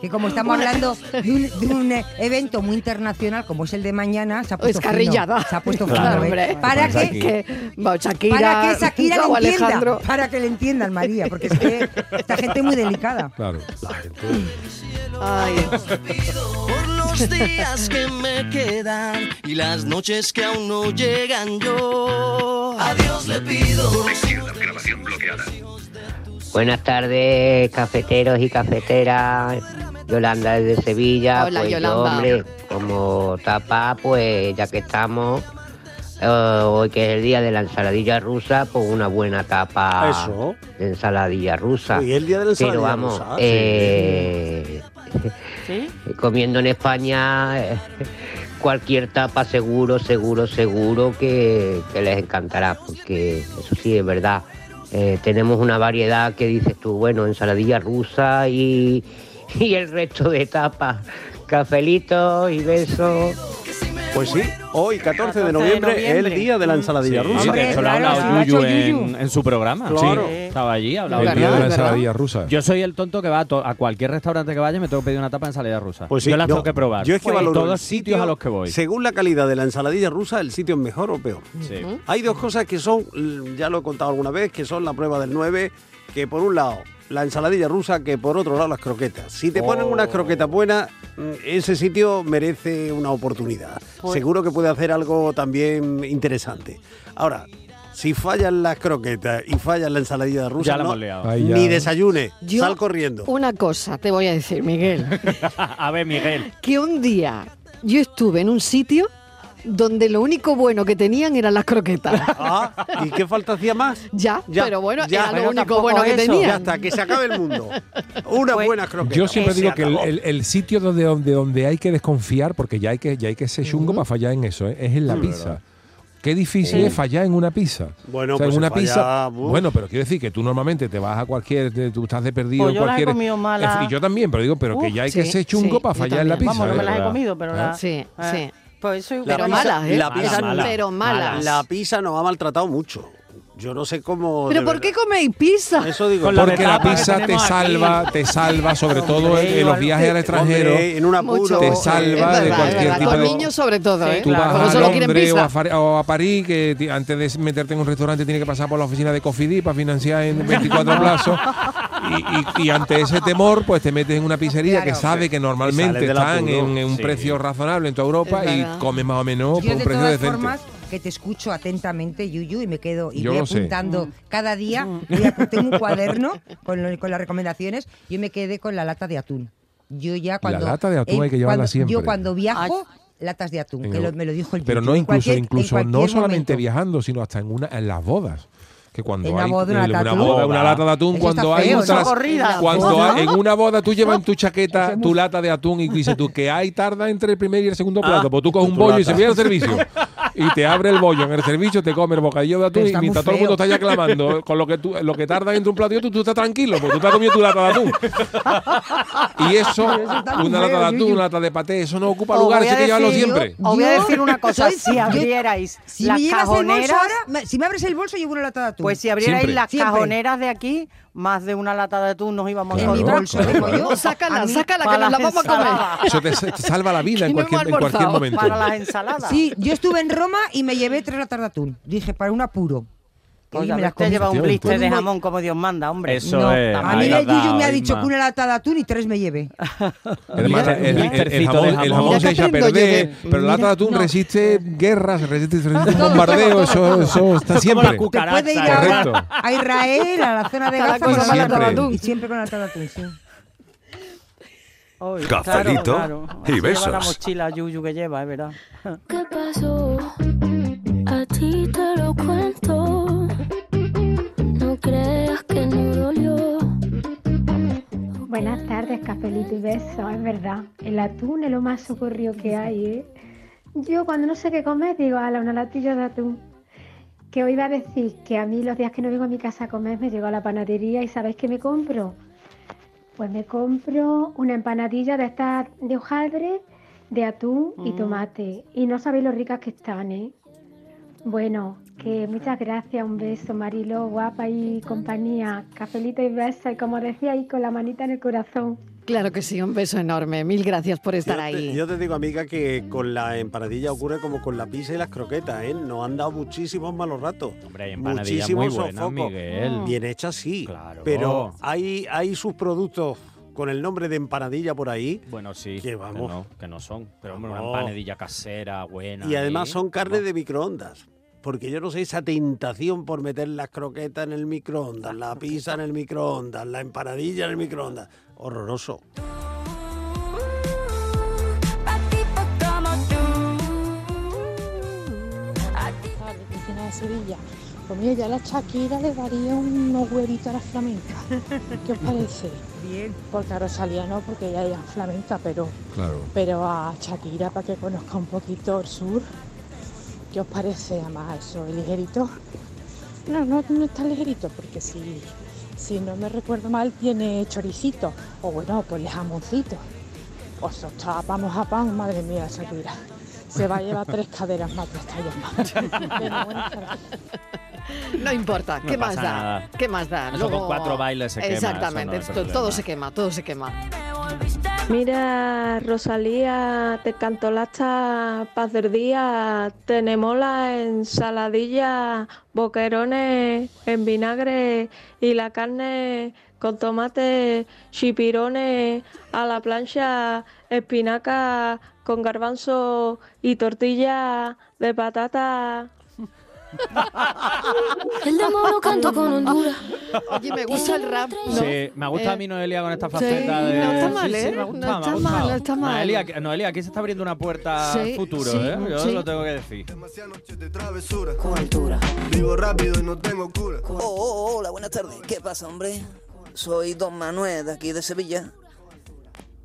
que como estamos hablando de un, de un, eh, evento muy internacional como es el de mañana, se ha puesto fino.
Escarrillada.
Se ha puesto fino,
Claro,
¿eh?
hombre.
Para que,
Va, Shakira,
para que Shakira
Raúl
lo entienda,
Alejandro.
para que le entiendan, María, porque es que esta gente es muy delicada.
Claro.
Ay.
Por los días que me quedan y las noches que aún no llegan yo. A Dios le pido.
Buenas tardes, cafeteros y cafeteras. Yolanda desde Sevilla.
Hola,
pues yo,
Yolanda.
hombre, como tapa, pues ya que estamos, eh, hoy que es el día de la ensaladilla rusa, pues una buena tapa
Eso.
de ensaladilla rusa.
Hoy es el día de la
Pero
ensaladilla
vamos,
rusa, sí.
eh, comiendo en España eh, cualquier tapa seguro, seguro, seguro que, que les encantará, porque eso sí es verdad. Eh, tenemos una variedad que dices tú, bueno, ensaladilla rusa y, y el resto de tapas. Cafelito y besos.
Pues sí, hoy 14 de noviembre es el día de la ensaladilla
Sí,
rusa.
de hecho, lo ha hablado Yuyu, en, en su programa.
Claro.
Sí, estaba allí, hablaba
El día de la ensaladilla rusa.
Yo soy el tonto que va a, to- a cualquier restaurante que vaya me tengo que pedir una tapa de ensalada rusa.
Pues sí,
yo las tengo que probar.
Yo es que
En
valoro
todos
el
los sitios a los que voy.
Según la calidad de la ensaladilla rusa, el sitio es mejor o peor.
Sí.
Hay dos cosas que son, l- ya lo he contado alguna vez, que son la prueba del 9, que por un lado la ensaladilla rusa, que por otro lado las croquetas. Si te ponen unas
Oh.
croquetas buenas, mm, ese sitio merece una oportunidad.
Pues-
Seguro que puede hacer algo también interesante. Ahora, si fallan las croquetas y fallan la ensaladilla rusa,
Ya la
no-
hemos liado. Ay, ya.
ni desayune,
Yo-
sal corriendo.
Una cosa te voy a decir, Miguel.
a ver, Miguel.
que un día yo estuve en un sitio donde lo único bueno que tenían eran las croquetas.
Ah, ¿y qué falta hacía más?
Ya,
Ya,
pero bueno,
ya,
era
pero
lo único
tampoco
bueno que Pues,
eso.
tenían.
Ya está, que se acabe el mundo. Unas buenas croquetas.
Yo siempre
Se
digo que el,
acabó.
el- el sitio donde, donde, donde hay que desconfiar, porque ya hay que, ya hay que ser chungo para fallar en eso, ¿eh? es en la
Mm.
pizza. Qué difícil
Sí.
es fallar en una pizza.
Bueno,
O sea, en
pues
una
falla-
pizza.
uf.
Bueno, pero quiero decir que tú normalmente te vas a cualquier, te- tú estás de perdido
Pues
en
yo las he
cualquier.
comido malas.
Eh, Y yo también, pero digo, pero que
Uf,
ya hay que
sí,
ser chungo
sí,
para
yo
fallar en la
también.
pizza.
Vamos, no
¿eh?
me las he
¿verdad?
comido, pero
¿Eh?
la-
Sí,
Ah,
sí.
Pues eso
La
pero
pizza-
malas, ¿eh?
la
Pero
pizza-
malas, pero malas.
La pizza nos ha maltratado mucho. Yo no sé cómo.
¿Pero
de
por
verdad.
qué coméis pizza?
Eso digo. Con la
Porque la
tapa que
pizza te
tenemos aquí.
salva, te salva, sobre todo en, en Pues, eh, los viajes al extranjero.
Hombre, en un apuro. eh,
Mucho.
Te
Es
salva
verdad,
de
es
cualquier
verdad.
tipo
Con
de.
niños sobre todo, ¿eh?
Tú
Como
vas a
solo quieren
Londres o
pizza.
a, Far- o a París, que ti- antes de meterte en un restaurante tienes que pasar por la oficina de Cofidis para financiar en 24 plazos. Y, y- y ante ese temor, pues te metes en una pizzería que sabe que
sales
normalmente
del
están
apuro.
en, en un
Sí.
precio razonable en toda Europa
Es
y
verdad.
comes más o menos por
Yo
un
de
precio
todas
decente.
formas que te escucho atentamente, Yuyu, y me quedo y
Yo
voy
lo sé.
apuntando cada día. voy a- tengo un cuaderno con, lo- con las recomendaciones. Yo me quedé con la lata de atún. Yo ya cuando
lata de atún hay que llevarla
cuando-
siempre.
Yo cuando viajo latas de atún, que lo- me lo dijo el
Pero
Yuyu,
no
en
incluso,
cualquier- en
incluso no
cualquier
solamente
momento.
viajando, sino hasta en una en las bodas. Que cuando
En la
hay
boda, una lata de atún.
boda, una lata de atún,
Eso
cuando
está
hay
feo,
un
eso.
tras-
Corrida.
cuando
Ajá.
hay- en una boda tú llevas en tu chaqueta tu lata de atún y dices tú que hay tarda entre el primer y el segundo plato, pues tú coges un
tu
bollo y
lata.
se viene al servicio. Y te abre el bollo en el servicio, te come el bocadillo de atún
Pero
y
está muy
mientras todo el mundo está
feo.
ya clamando, con lo que tú, lo que tarda entre un plato y otro, tú estás tranquilo, porque tú te has comido tu lata de atún. Y eso,
Pero eso está muy
una lata de
feo,
atún,
Yuyu.
una lata de paté, eso no ocupa
Os
lugar,
voy
eso
a
hay que llevarlo
decir-
siempre.
Os voy a
Yo
decir una cosa,
soy-
si
yo-
abrierais
si
las
me llevas el bolso
cajoneras,
ahora, me- si me abres el bolso llevo una lata de atún.
pues si abrierais
Siempre.
las
Siempre.
cajoneras de aquí, más de una lata de atún nos íbamos
Claro,
a
claro,
llevar.
claro.
Digo yo,
Sácala,
a mí,
sácala, que
para
nos la
las
vamos a comer.
ensaladas.
Eso te, te salva la vida en
Que no
cualquier,
hemos
en cualquier
almorzado.
momento.
Para las ensaladas.
Sí, yo estuve en Roma y me llevé tres latas de atún. Dije, para un apuro. Que
Oiga,
me
pero
las
usted
comí.
lleva un
Con
blister de
bo-
jamón como Dios manda, hombre.
Eso es,
A mí
ahí lo
el
has
Yuyu me ha
dado,
dicho
Isma.
Ah.
que una lata de atún y tres me llevé.
Además,
Mira,
el, el- el
blistercito
jamón,
de
el
jamón.
jamón
Mira
se
que
echa a
aprendo yo
perder,
de-
pero la lata de atún
No.
resiste guerras, resiste, resiste
todo,
bombardeo,
todo,
eso,
todo.
eso
Esto
está
es como
siempre.
la cucaracha,
Puede ir
Correcto.
a, a Israel, a la zona de
Cada
Gaza,
cosa
con
más
la lata de
Siempre.
atún. Y siempre con la lata de atún, sí.
Oy,
Cafelito
claro, claro.
y
Así Lleva la
besos.
mochila yuyu que lleva, es verdad.
¿Qué pasó? A ti te lo cuento. No creas que no dolió.
Buenas tardes, cafelito y besos, es verdad. El atún es lo más socorrido que hay, ¿eh? Yo cuando no sé qué comer digo, ala, una latilla de atún. Que hoy iba a decir que a mí los días que no vengo a mi casa a comer me llego a la panadería y ¿sabéis qué me compro? Pues me compro una empanadilla de estas de hojaldre, de atún y
Mm.
tomate. Y no sabéis lo ricas que están, ¿eh? Bueno, que muchas gracias, un beso, Marilo, guapa y compañía. Cafelito y beso, y como decía ahí, con la manita en el corazón.
Claro que sí, un beso enorme. Mil gracias por estar
Yo te-
ahí.
Yo te digo, amiga, que con la empanadilla ocurre como con la pizza y las croquetas, ¿eh? Nos han dado muchísimos malos ratos. Hombre, hay
empanadillas muy buenas, Miguel.
Bien hechas, sí. Pero hay, hay sus productos con el nombre de empanadilla por ahí.
Bueno, sí.
Que vamos.
Que no, que no son. Pero hombre,
Vamos.
una empanadilla casera, buena.
Y además
ahí.
son carne de microondas. Porque yo no sé esa tentación por meter las croquetas en el microondas, la pizza en el microondas, la empanadilla en el microondas. Horroroso.
Como
tardes, Cristina de Sevilla. Pues mira, ya a la Shakira le daría unos huevitos a la flamenca. ¿Qué os parece? Bien. Porque a Rosalía no, porque ella es flamenca, pero,
Claro.
pero a Shakira para que conozca un poquito el sur. ¿Qué os parece? Además, eso es ligerito. No, no, no está ligerito, porque si, si no me recuerdo mal, tiene choricito. O bueno, pues jamoncito. O eso está vamos a pan, madre mía, Shakira. Se va a llevar tres caderas más que esta llamada. Pero bueno,
No importa,
No
¿qué más
pasa
da?
nada.
¿Qué más da?
Eso con cuatro bailes se quema, eso
Exactamente,
no hay
esto-
problema.
todo se quema, todo se quema.
Mira, Rosalía, te cantó la esta paz del día. Tenemos la ensaladilla, boquerones en vinagre y la carne con tomate, chipirones a la plancha, espinaca con garbanzo y tortilla de patata.
El demonio lo canto con Honduras.
Oye, me gusta el rap. ¿no? Eh,
Sí, me gusta a mí Noelia con esta faceta
sí,
de.
no está
Sí,
mal,
sí,
¿eh?
me ha gustado,
No está
me ha
mal,
gustado.
no está mal.
Noelia, Noelia, aquí se está abriendo una puerta
Sí,
al futuro,
sí,
¿eh? Yo
sí.
lo tengo que decir.
travesura. Con altura. Vivo rápido y no tengo cura.
Oh, oh, oh, hola, buenas tardes. ¿Qué pasa, hombre? Soy Don Manuel, de aquí de Sevilla.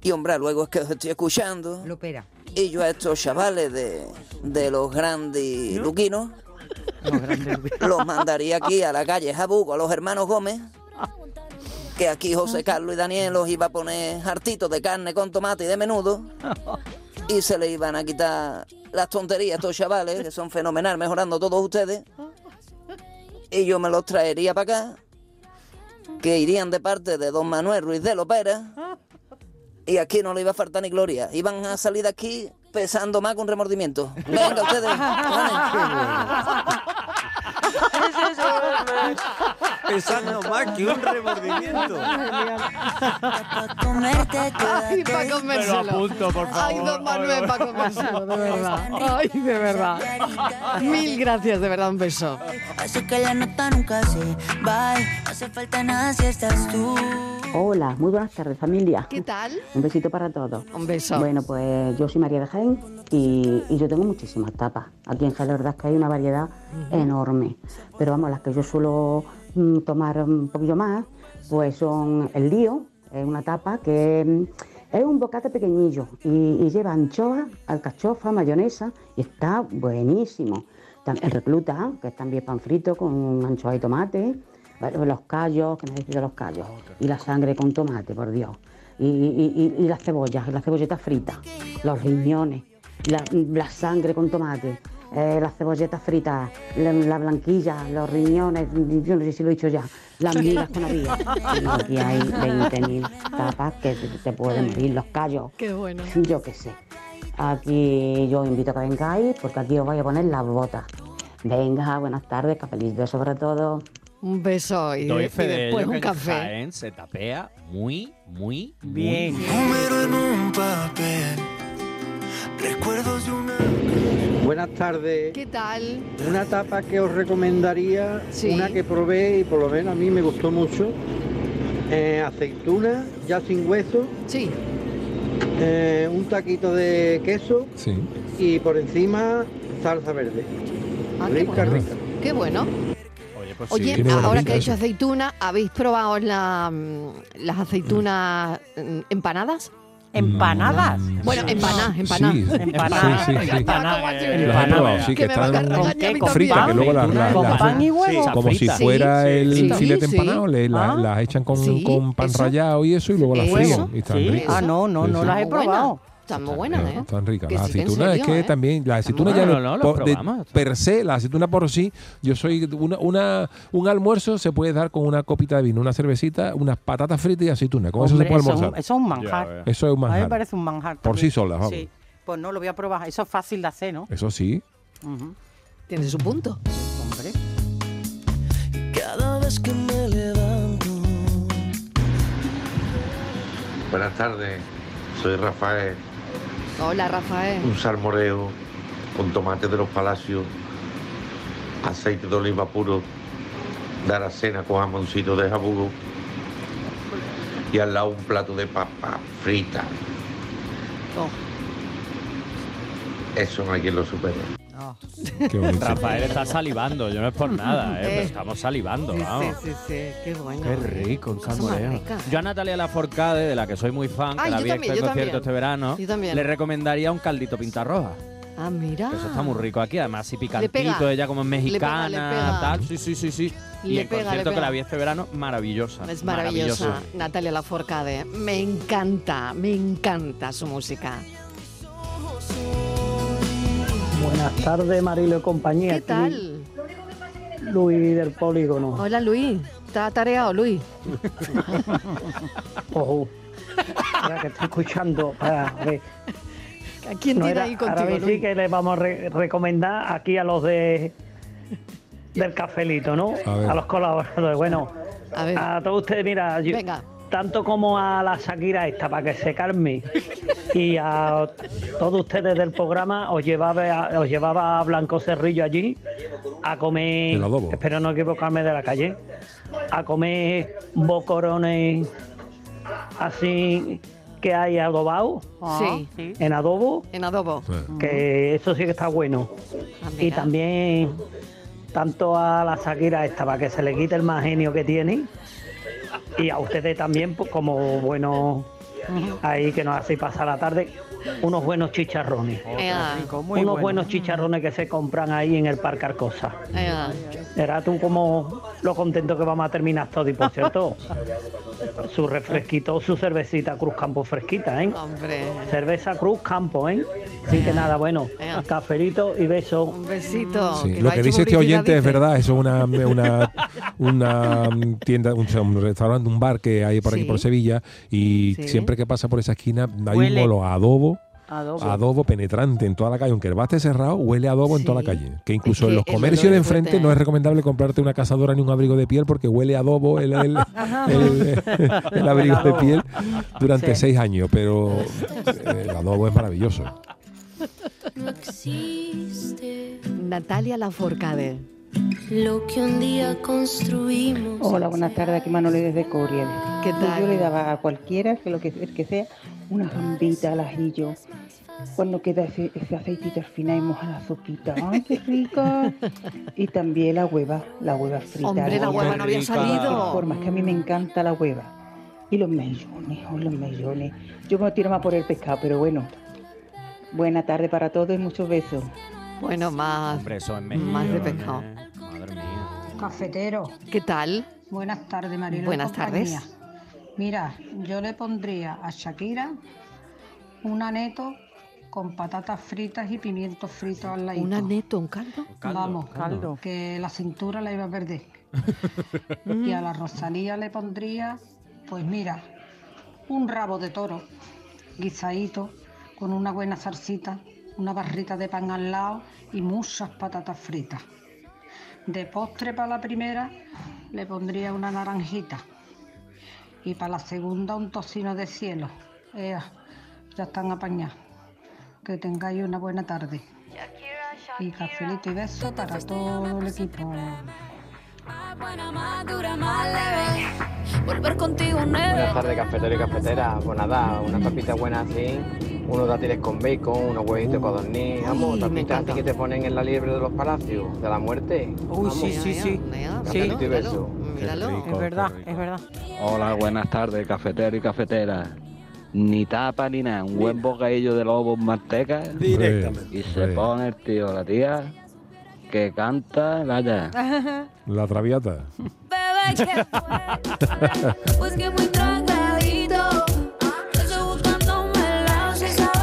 Y, hombre, luego es que os estoy escuchando. Lo
opera.
Y yo a estos chavales de, de los grandes luquinos los mandaría aquí a la calle Jabugo, a los hermanos Gómez. Que aquí José Carlos y Daniel los iba a poner hartitos de carne con tomate y de menudo. Y se le iban a quitar las tonterías a estos chavales, que son fenomenal, mejorando todos ustedes. Y yo me los traería para acá, que irían de parte de don Manuel Ruiz de Lopera. Y aquí no le iba a faltar ni gloria. Iban a salir de aquí pesando más con remordimiento. Venga, ustedes.
Pesando más que un remordimiento.
Comerte
Ay, para comérselo. Ay, don Manuel, para comérselo, de verdad. Ay, de verdad. Mil gracias, de verdad, un beso.
Así que la nota nunca se va. No hace falta nada si estás tú.
Hola, muy buenas tardes familia.
¿Qué tal?
Un besito para todos.
Un beso.
Bueno, pues yo soy María de Jaén y, y yo tengo muchísimas tapas. Aquí en Jaén la verdad es que hay una variedad
Ujú.
enorme. Pero vamos, las que yo suelo mm, tomar un poquillo más, pues son el lío, es una tapa que mm, es un bocata pequeñillo y, y lleva anchoa, alcachofa, mayonesa y está buenísimo. Tam- El recluta, que es también pan frito con anchoa y tomate. Bueno, pues Los callos, que me habéis pedido los callos. Y la sangre con tomate, por Dios. Y, y- y- y las cebollas, y las cebolletas fritas. Los riñones, la, la sangre con tomate. eh, las cebolletas fritas, la, la blanquilla, los riñones, yo no sé si lo he dicho ya, las migas con había. Y aquí hay 20.000 tapas que te, te pueden morir, los callos.
Qué bueno.
Yo qué sé. Aquí yo os invito a que vengáis porque aquí os voy a poner las botas. Venga, buenas tardes, cafelito sobre todo.
Un beso y,
Doy
de-
fe
y
de
después
ello
un
que en
café.
Jaén se tapea muy, muy
Bien.
muy
Número en un papel. Recuerdos de una.
Buenas tardes.
¿Qué tal?
Una tapa que os recomendaría,
Sí.
una que probé y por lo menos a mí me gustó mucho. eh, aceituna, ya sin hueso. Eh,
Sí.
un taquito de queso
Sí.
y por encima salsa verde. rica, rica.
Ah, Qué bueno.
Pues
Oye, pues ahora que he hecho aceituna, ¿habéis probado la, mm, las aceitunas mm, empanadas?
¿Empanadas?
Bueno, empanadas, empanadas.
Sí,
Empanadas.
sí, sí, sí.
Empanadas.
Las he probado, sí,
Que
que
me va a
están
cargar ya a mí
fritas, que
también.
luego las,
Con
las- las-
pan y huevo.
Sí, como si
Sí,
fuera
sí,
el
sí.
filete
Sí, sí.
empanado, le- la-
Ah.
las echan con,
Sí,
con pan
eso.
rallado y eso, y luego las
Eso.
fríen. Y están
Sí.
ricas.
Ah, no, no,
Sí,
no
sí.
las he probado.
Está muy buena, ¿eh?
Tan rica.
Que
La
sí, que en
aceituna es
serio,
que
¿eh?
también, la aceituna ya
bueno.
de-
No, no, lo
por- de-
probamos.
per se, la aceituna por sí, yo soy una, una- un almuerzo se puede dar con una copita de vino, una cervecita, unas patatas fritas y aceituna. Con
Hombre,
eso se puede
eso es un-
almorzar.
eso es un manjar.
Eso es un
A mí
manjar.
me parece un manjar.
Por sí
también.
sola, vamos.
Sí. Pues no, lo voy a probar. Eso es fácil de hacer, ¿no?
Eso sí.
Tiene su punto.
Hombre.
Cada vez que me
eh.
levanto.
Buenas tardes, soy Rafael,
Hola, Rafael.
un salmoreo con tomate de los palacios, aceite de oliva puro, de aracena con jamoncito de jabugo y al lado un plato de papa frita. Eso no hay quien lo supere.
Rafael está salivando, yo no es por nada, ¿eh?
Eh.
pero estamos salivando, vamos.
Sí, sí, sí, qué bueno.
Qué rico, un
Cosa más
salmoreo.
rica.
Yo a Natalia Laforcade, de la que soy muy fan,
Ay,
que la
yo
vi en
también, yo
concierto
también.
este verano,
Yo también.
le recomendaría un caldito pintarroja.
Ah, mira.
Eso está muy rico aquí, además así
Le pega.
picantito, ella como es
Le pega,
mexicana,
le pega.
tal, sí, sí, sí, sí. y
Le
el
pega, le
concierto que
pega.
la vi este verano, maravillosa.
Es maravillosa. Natalia Laforcade. Me encanta, me encanta su música.
Buenas tardes, Marilo y compañía.
¿Qué
Aquí
tal?
Luis del Polígono.
Hola, Luis. ¿Está atareado, Luis?
Ojo. Ya que estoy escuchando. Para ver.
¿A quién
No
tiene
era-
ahí contigo,
Ahora sí
Luis?
que le vamos a re- recomendar aquí a los de del cafelito, ¿no?
A ver.
A, los colaboradores. Bueno,
a,
todos ustedes, mira, yo- tanto como a la Shakira esta, para que se calme, y a todos ustedes del programa, os llevaba, os llevaba a Blanco Cerrillo allí a comer,
El adobo.
espero no equivocarme de la calle, a comer bocorones así que hay adobado
Sí. Sí.
en adobo
En adobo. Ah,
que eso sí que está bueno. y también tanto a la Shakira esta para que se le quite el más genio que tiene y a ustedes también pues, como buenos ahí que nos hace pasar la tarde unos buenos chicharrones.
Ea. Oh, rico, muy
unos
bueno.
buenos chicharrones que se compran ahí en el Parque Arcosa.
Ea.
Verás tú como lo contento que vamos a terminar todo y por cierto, su refresquito, su cervecita Cruz Campo fresquita, ¿eh?
Hombre.
Cerveza Cruz Campo, ¿eh? Así que nada, bueno, cafelito y beso. Un
besito.
Sí, lo que dice este oyente es verdad, eso es una, una, una mm, tienda, un, un restaurante, un bar que hay por aquí
Sí.
por Sevilla y
Sí.
siempre que pasa por esa esquina hay un
Huele.
olor a adobo.
Adobo.
adobo penetrante en toda la calle, aunque el bar esté cerrado, huele a adobo en toda la calle. Que incluso
que
en los
el
comercios
olor
de
es fuerte,
enfrente no
¿eh?
es recomendable comprarte una cazadora ni un abrigo de piel porque huele a adobo el, el- el- el abrigo de piel durante
Sí.
seis años, pero eh, el adobo es maravilloso.
No existe
Natalia Laforcade.
lo que un día construimos.
Hola, buenas tardes, aquí Manoli desde Coria.
¿Qué tal?
Yo le daba a cualquiera, que lo que, el que sea, una gambita al ajillo. Cuando queda ese, ese aceitito al final y moja la sopita. ¡Ay, qué rico! Y también la hueva, la hueva frita.
Hombre, la hueva no había Qué rica. salido.
De forma, es que a mí me encanta la hueva. Y los mellones, oh, los mellones. Yo me tiro más por el pescado, pero bueno. Buena tarde para todos y muchos besos.
Bueno, más, más de pescado.
eh.
Cafetero.
¿Qué tal?
Buenas tardes, María.
Buenas
Mira, yo le pondría a Shakira un aneto con patatas fritas y pimientos fritos al lado.
¿Un aneto, un caldo?
caldo,
Vamos,
caldo.
que la cintura la iba a perder. y a la Rosalía le pondría, pues mira, un rabo de toro guisadito con una buena salsita, una barrita de pan al lado y muchas patatas fritas. De postre para la primera le pondría una naranjita y para la segunda un tocino de cielo. Ea, ya están apañados. Que tengáis una buena tarde. Y cafelito y beso para todo el equipo.
Buena, más dura, más leve. Volver contigo
Buenas
nueve.
tardes, cafetero y cafetera. Pues nada, unas papitas buenas así, unos dátiles con bacon, unos huevitos de codorniz, vamos, tapitas así que te ponen en la liebre de los palacios, de la muerte.
Uy, sí, sí, sí. Sí.
Cafetito y beso.
Es verdad, es verdad.
Hola, buenas tardes, cafetero y cafetera. Ni tapa ni nada, un buen bocadillo de lobo en manteca. ¿eh?
Directamente.
Y se pone el tío, la tía, que canta, vaya.
La traviata.
Bebé, que ah, fue, pues que muy tragadito. Que yo buscándome el lado, si sabes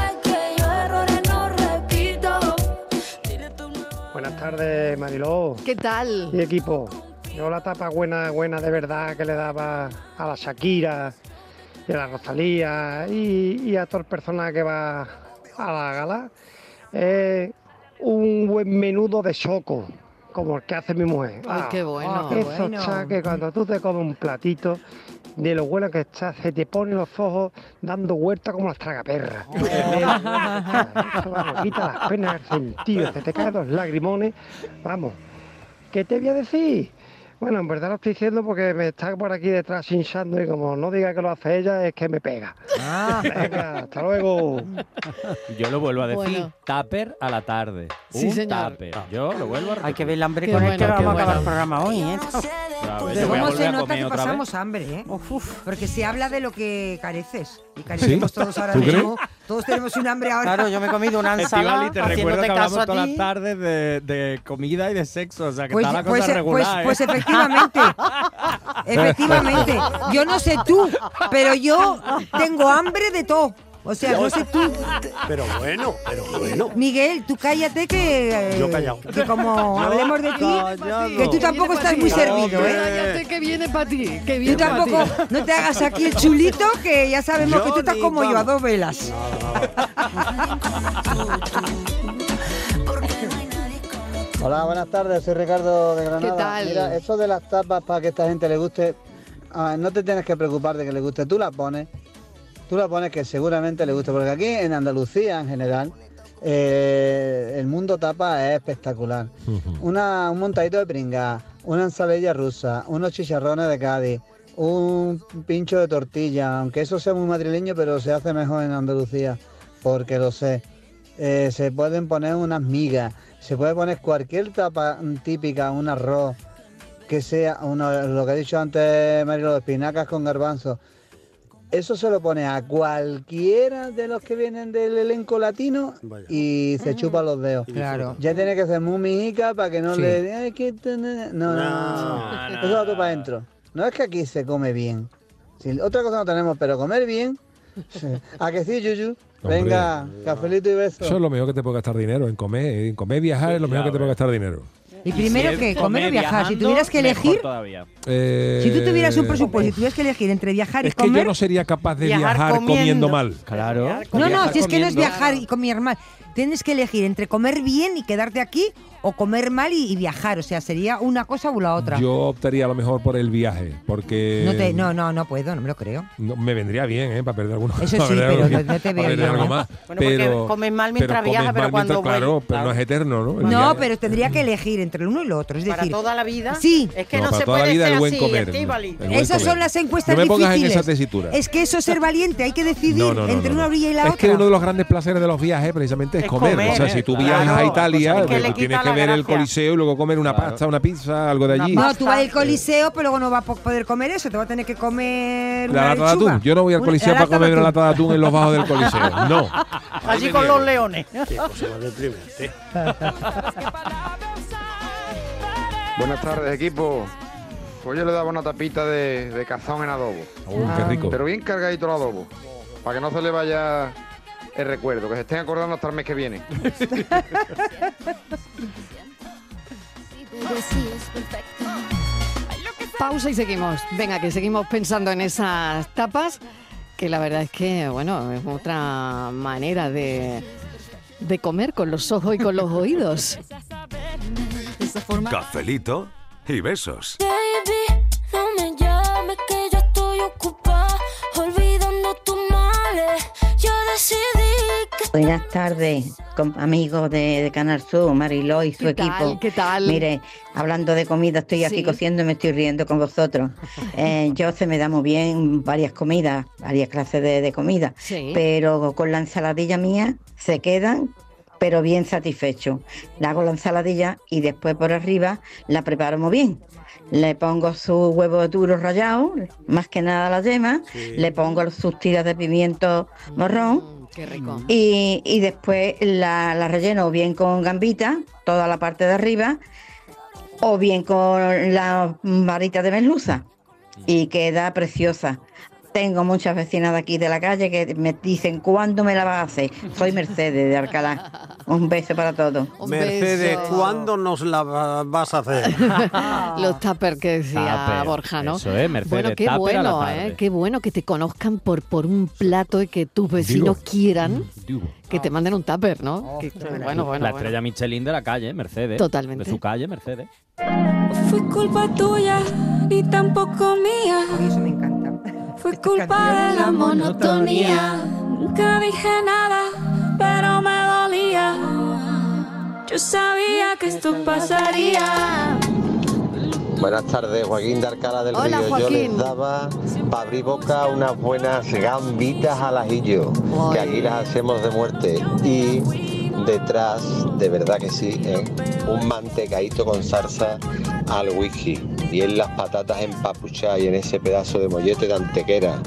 Buenas tardes, Mariló.
¿Qué tal?
Y equipo. Yo la tapa buena, buena de verdad que le daba a la Shakira y a la Rosalía y, y a toda persona que va a la gala es un buen menudo de choco, como el que hace mi mujer. Ah,
Ay, qué bueno, qué
eso
bueno.
está que cuando tú te comes un platito de lo bueno que está, se te ponen los ojos dando vueltas como las tragaperras. Eso, vamos, quita las penas del sentido, se te caen los lagrimones. Vamos, ¿qué te voy a decir? Bueno, en verdad lo estoy diciendo porque me está por aquí detrás hinchando y como no diga que lo hace ella, es que me pega. Venga, hasta luego.
Yo lo vuelvo a decir.
Bueno.
Tupper a la tarde.
Sí,
un
señor.
tupper. Yo lo vuelvo a repetir.
Hay que ver el hambre
Qué
con el
bueno,
que
qué
vamos a acabar
bueno.
el programa hoy, ¿eh?
Claro,
Pero
yo voy
Pues cómo
a volver
se
a
nota
comer
que
otra vez.
pasamos hambre, ¿eh? Porque se habla de lo que careces. Y
¿Sí?
carecemos todos ahora
¿Tú crees?
mismo. Todos tenemos un hambre ahora.
Claro, yo me he comido una
Estivali, te recuerdo que
caso
hablamos
a
todas
ti.
las tardes de, de comida y de sexo, o sea que
Pues,
está la
pues-
cosa regular.
pues-
¿eh?
pues efectivamente, efectivamente. Yo no sé tú, pero yo tengo hambre de todo. O sea, no sé tú.
Pero bueno, pero bueno.
Miguel, tú cállate que. eh,
Yo callado.
Que como
Yo
hablemos de ti,
callado.
que tú tampoco estás muy servido, ¿eh?
Cállate que viene para ti. Que
Tú
viene pa'
tampoco,
ti.
no te hagas aquí el chulito, que ya sabemos que tú estás como yo, a dos velas.
Hola, buenas tardes, soy Ricardo de Granada.
¿Qué tal?
Mira, eso de las tapas para que esta gente le guste, ah, no te tienes que preocupar de que le guste, tú la pones, tú la pones que seguramente le guste, porque aquí en Andalucía en general, eh, el mundo tapa es espectacular. Una- un montadito de pringá, una ensalada rusa, unos chicharrones de Cádiz, un pincho de tortilla, aunque eso sea muy madrileño, pero se hace mejor en Andalucía, porque lo sé. Eh, se pueden poner unas migas, se puede poner cualquier tapa mm, típica, un arroz, que sea uno, lo que he dicho antes, Mario, los espinacas con garbanzo. Eso se lo pone a cualquiera de los que vienen del elenco latino y se chupa los dedos.
Mm. Claro.
Ya tiene que ser muy mijica para que no
Sí.
le digan, "Ay, que te- ne- no, no, no,
No,
no.
no,
Eso va tú para adentro. No es que aquí se come bien. Si- otra cosa no tenemos, pero comer bien. ¿A que sí, Yuyu?
Hombre.
Venga, cafelito y beso.
Eso es lo mejor que te puede gastar dinero, en comer, eh, en comer viajar es lo mejor que te puede gastar dinero.
Y primero que comer o viajar, si tuvieras que elegir, si tú tuvieras un presupuesto y tuvieras que elegir entre viajar y
Eh, es que yo
comer,
no sería capaz de
Viajar
viajar,
comiendo.
comiendo. mal.
Claro.
No, no, si es que no es viajar y comer mal. Tienes que elegir entre comer bien y quedarte aquí o comer mal y, y viajar. O sea, sería una cosa u la otra.
Yo eh, optaría a lo mejor por el viaje, porque
no, te- no, no, no puedo, no me lo creo.
No, me vendría bien, ¿eh? Para perder algunos
Eso
para
sí,
perder
pero
algo-
no- no te
para
veo
perder
yo,
algo
¿eh?
más.
Bueno, porque
pero,
comes mal mientras
pero
viajas,
comes
pero
mal
cuando
mientras- Claro,
vuelves-
pero no es eterno, ¿no? El viaje.
No, pero tendría que elegir entre el uno y el otro. Es decir,
¿Para toda la vida?
Sí.
Es que
No,
no,
para
se
toda la
puede
vida el
ser
buen
así,
comer,
Estíbaliz.
el buen
Esas
comer.
son las encuestas
No me pongas en
difíciles.
esa tesitura.
Es que eso es ser valiente, hay que decidir
No, no, no,
entre
no,
una
no.
orilla y la
es
otra.
que uno de los grandes placeres de los viajes precisamente es,
Es
comer. O sea,
comer,
si tú
claro.
viajas a Italia, pues,
Es que le
tú tienes
quita
que
la
ver el
gracia.
coliseo y luego comer una pasta, una pizza, algo de allí.
No, tú
eh.
vas al coliseo, pero luego no vas a po- poder comer eso, te vas a tener que comer
La
una
lata de
lechuga.
atún. Yo no voy al
Una-
coliseo
la
para
lata de
comer una
atún.
lata de atún en los bajos del coliseo. No.
Allí con los leones.
Qué
Pues
cosa más deprimente.
Buenas tardes, equipo. Pues yo le daba una tapita de, de cazón en adobo. Ah.
qué rico.
Pero bien cargadito el adobo. Para que no se le vaya el recuerdo, que se estén acordando hasta el mes que viene.
Pausa y seguimos. Venga, que seguimos pensando en esas tapas, que la verdad es que, bueno, es otra manera de, de comer con los ojos y con los oídos.
Cafelito y besos.
Baby, no me llames que yo estoy ocupada olvidando tus males. Yo decidí
Buenas tardes, com- amigos de, de Canal Sur, Mariló y su
¿Qué tal?
equipo.
¿Qué tal?
Mire, hablando de comida, estoy aquí
Sí.
cociendo y me estoy riendo con vosotros. Eh, yo se me da muy bien varias comidas, varias clases de, de comida,
Sí.
pero con la ensaladilla mía se quedan pero bien satisfecho. Le hago la ensaladilla y después por arriba la preparo muy bien. Le pongo su huevo duro rallado, más que nada la yema, le pongo sus tiras de pimiento morrón
Qué rico.
Mm. y, y después la, la relleno o bien con gambita, toda la parte de arriba, o bien con la varita de merluza. Y queda preciosa. Tengo muchas vecinas de aquí de la calle que me dicen, ¿cuándo me la vas a hacer? Soy Mercedes de Alcalá. Un beso para todos.
Mercedes, ¿cuándo nos la va- vas a hacer?
Los tupper que decía
Tupper,
Borja, ¿no?
Ah. eso es, Mercedes,
Bueno, qué
tupper a la
bueno,
tarde.
¿eh? Qué bueno que te conozcan por, por un plato y que tus vecinos quieran
Mm,
que te manden un tupper, ¿no?
Oh,
Que- que bueno, bueno,
la
bueno.
estrella Michelin de la calle, Mercedes.
Totalmente.
De su calle, Mercedes.
Fue culpa tuya ni tampoco mía. eso me encanta. Fue culpa de la monotonía. Nunca dije nada, pero me dolía. Yo sabía que esto pasaría.
Buenas tardes, Joaquín de Alcalá del
Hola,
Río. Yo
Joaquín.
les daba para abrir boca unas buenas gambitas al ajillo, que aquí las hacemos de muerte. Y detrás, de verdad que sí, ¿eh? un mantecadito con salsa al whisky. Y en las patatas empapuchadas y en ese pedazo de mollete de antequera.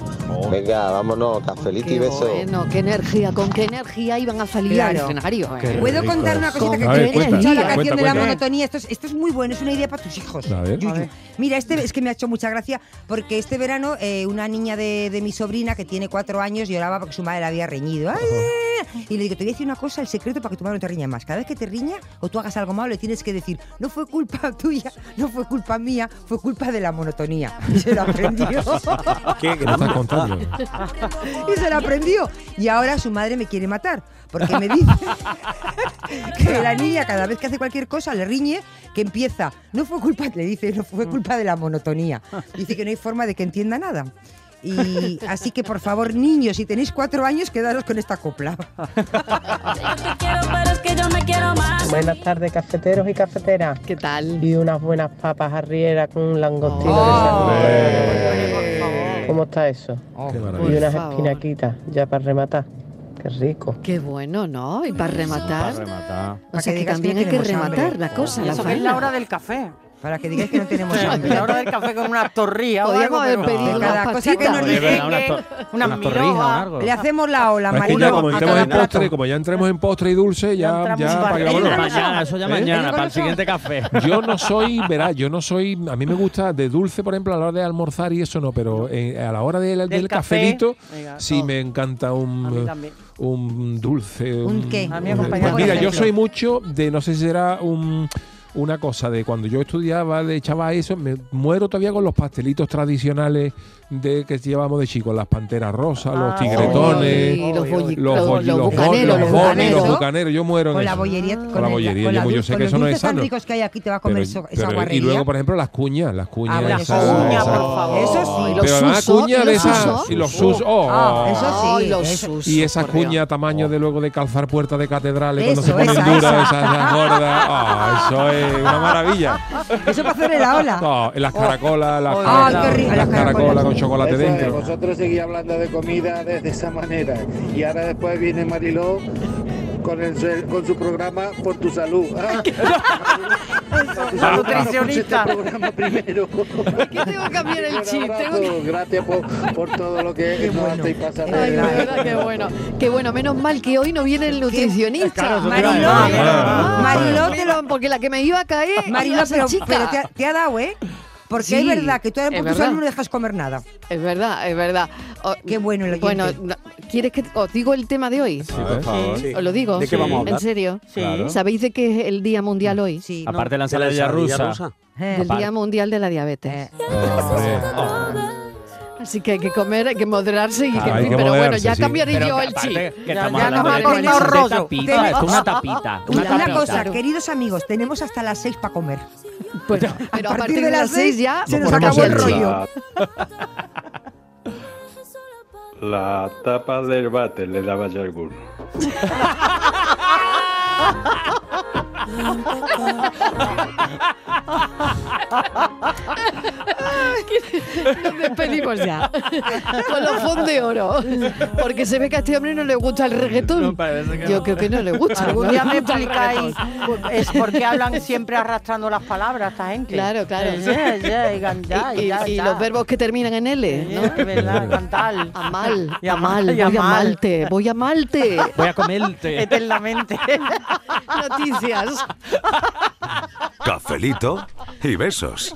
Venga, vámonos, cafelito y
Qué
beso.
bueno, qué energía, con qué energía iban a salir
Claro.
al escenario. ¿eh?
Qué
¿Puedo contar una cosita que
Con
quería
qué energía.
escuchar la canción de la
cuenta.
monotonía? Esto es, esto es muy bueno, es una idea para tus hijos.
A ver.
Yuyu.
A ver.
Mira, este es que me ha hecho mucha gracia porque este verano eh, una niña de, de mi sobrina que tiene cuatro años lloraba porque su madre la había reñido. ¡Ay! Y le digo, te voy a decir una cosa, el secreto para que tu madre no te riña más. Cada vez que te riña o tú hagas algo malo, le tienes que decir, no fue culpa tuya, no fue culpa mía, fue culpa de la monotonía. Y se lo aprendió.
¿Qué gran-
estás contando?
y se la aprendió. Y ahora su madre me quiere matar. Porque me dice que la niña cada vez que hace cualquier cosa le riñe, que empieza, no fue culpa, le dice, no fue culpa de la monotonía. Dice que no hay forma de que entienda nada. Y así que por favor, niños, si tenéis cuatro años, quedaros con esta copla.
Pero es que yo me quiero más.
Buenas tardes, cafeteros y cafeteras.
¿Qué tal? Oh.
Y unas buenas papas arrieras con un langostino de salmón. ¿Cómo está eso?
maravilla.
y unas
Oh, Por favor.
espinaquitas, ya para rematar. Qué rico.
Qué bueno, ¿no? Y para rematar.
Para rematar.
O
Para que
sea que,
digas que
también
no
hay que
tenemos hambre.
rematar la cosa.
Y
La
eso
que es la
faena.
hora del café.
Para que digáis que no tenemos hambre.
La hora del café con una torrilla. o algo,
Podíamos haber
pero-
pedido De cada unas cosa que pastitas. nos
Oye,
dicen
verdad,
que-
una
unas
miroja.
torrijas o algo.
Le hacemos la ola,
Es que
Marino.
ya
a
como entremos
cada
en
plato.
postre, como ya entremos en postre y dulce, ya,
entramos
ya
en
para que
barril.
vámonos.
Mañana, eso Ah, ya
¿Eh?
mañana, para el siguiente café.
Yo no soy, verás, yo no soy, a mí me gusta de dulce, por ejemplo, a la hora de almorzar y eso no, pero eh, a la hora del, del
café,
cafelito,
venga,
sí me encanta un,
también.
un dulce.
¿Un qué? A mí me acompaña
Pues
con
mira, yo
ejemplo.
soy mucho de, no sé si será un... Una cosa de cuando yo estudiaba, de echaba eso, me muero todavía con los pastelitos tradicionales de que llevamos de chicos, las panteras rosas,
Ah,
los tigretones,
sí, los bolli-
los,
los-
bolli-
los
los boni-
bucaneros,
los
los
boni, los
bucaneros.
bucaneros, yo muero en
Con la
eso.
bollería.
Con la
el-
bollería,
con
yo-
la
yo
dul-
sé
con
que
los
eso no es
dulces tan
sano.
ricos que hay aquí te va a comer eso- esa
Pero- y
guarrería.
luego, por ejemplo, las cuñas, las cuñas
Ah, bueno,
esas-
eso sí.
esas-
Cuña, por favor. Eso sí.
Pero
Los
además
susos,
cuña de
los
esas
susos.
y los sus, oh.
Ah, eso sí.
Ay, los
eso-
sus.
Y esa cuña tamaño de luego de calzar puertas de catedrales cuando se
Eso,
ponen
esa,
duras,
esa.
esas, esas gordas. Ah, eso es una maravilla.
Eso para hacer la ola.
No, y las caracolas, las,
Ah,
caracolas,
qué rico,
las
las caracolas.
caracolas con chocolate
Eso es,
dentro.
vosotros seguís hablando de comida de, de esa manera. Y ahora después viene Mariló con, el, su- con su programa Por tu Salud. Ah,
la nutricionista.
Este programa primero.
tengo que cambiar el chip. Tengo que...
Gracias por, por todo lo que nos estáis pasando.
Ay, de verdad, qué bueno. Qué bueno, menos mal que hoy no viene el nutricionista.
Claro, eso te
Mariló,
iba a decir.
Ah, Mariló, te
Mariló, porque la que me iba a caer
Mariló,
iba a ser
pero,
chica.
pero te, ha, te ha dado, ¿eh? Porque
Sí,
es verdad que tú
es
por tu
verdad.
salud no dejas comer nada.
Es verdad, es verdad. Qué
bueno el
Bueno,
oyente.
no- ¿quieres que os digo el tema de hoy?
por Sí. favor.
Os lo digo.
¿De qué vamos a hablar?
¿En serio?
Sí. Claro.
¿Sabéis de qué es el Día Mundial hoy? Sí.
Aparte de la ensaladilla rusa.
Eh.
Del Día Mundial de la Diabetes. Ah. Así que hay que comer, hay que moderarse y
Claro,
en
hay
fin,
que
pero bueno,
moderarse,
ya
sí.
cambiaré
Pero
yo
que
el chip.
aparte
Ya-
que estamos
ya
hablando de
acabamos con
comer de
roso.
tapita,
Tenemos-
esto es una tapita, una
Una,
tapita.
cosa, queridos amigos, tenemos hasta las seis para comer.
Bueno, Pues pero a partir de las seis ya
se
nos
nos acabó el
ponemos en
rollo.
La tapa del bate le daba ya alguno.
Nos despedimos ya. Colofón de oro. Porque se ve que a este hombre no le gusta el reggaetón. Yo creo que no le gusta.
Algún
no
día
le
me
gusta el
explicáis
reggaetón.
es porque hablan siempre arrastrando las palabras esta gente.
Claro, claro.
Eh, yeah, yeah, y gandá,
Y- y-
ya,
y
ya.
los verbos que terminan en L, ¿no?
Cantal.
Amal,
Y
amal, voy a
amal.
Malte, voy a Malte.
Voy a comerte.
Eternamente.
Noticias.
Cafelito y besos.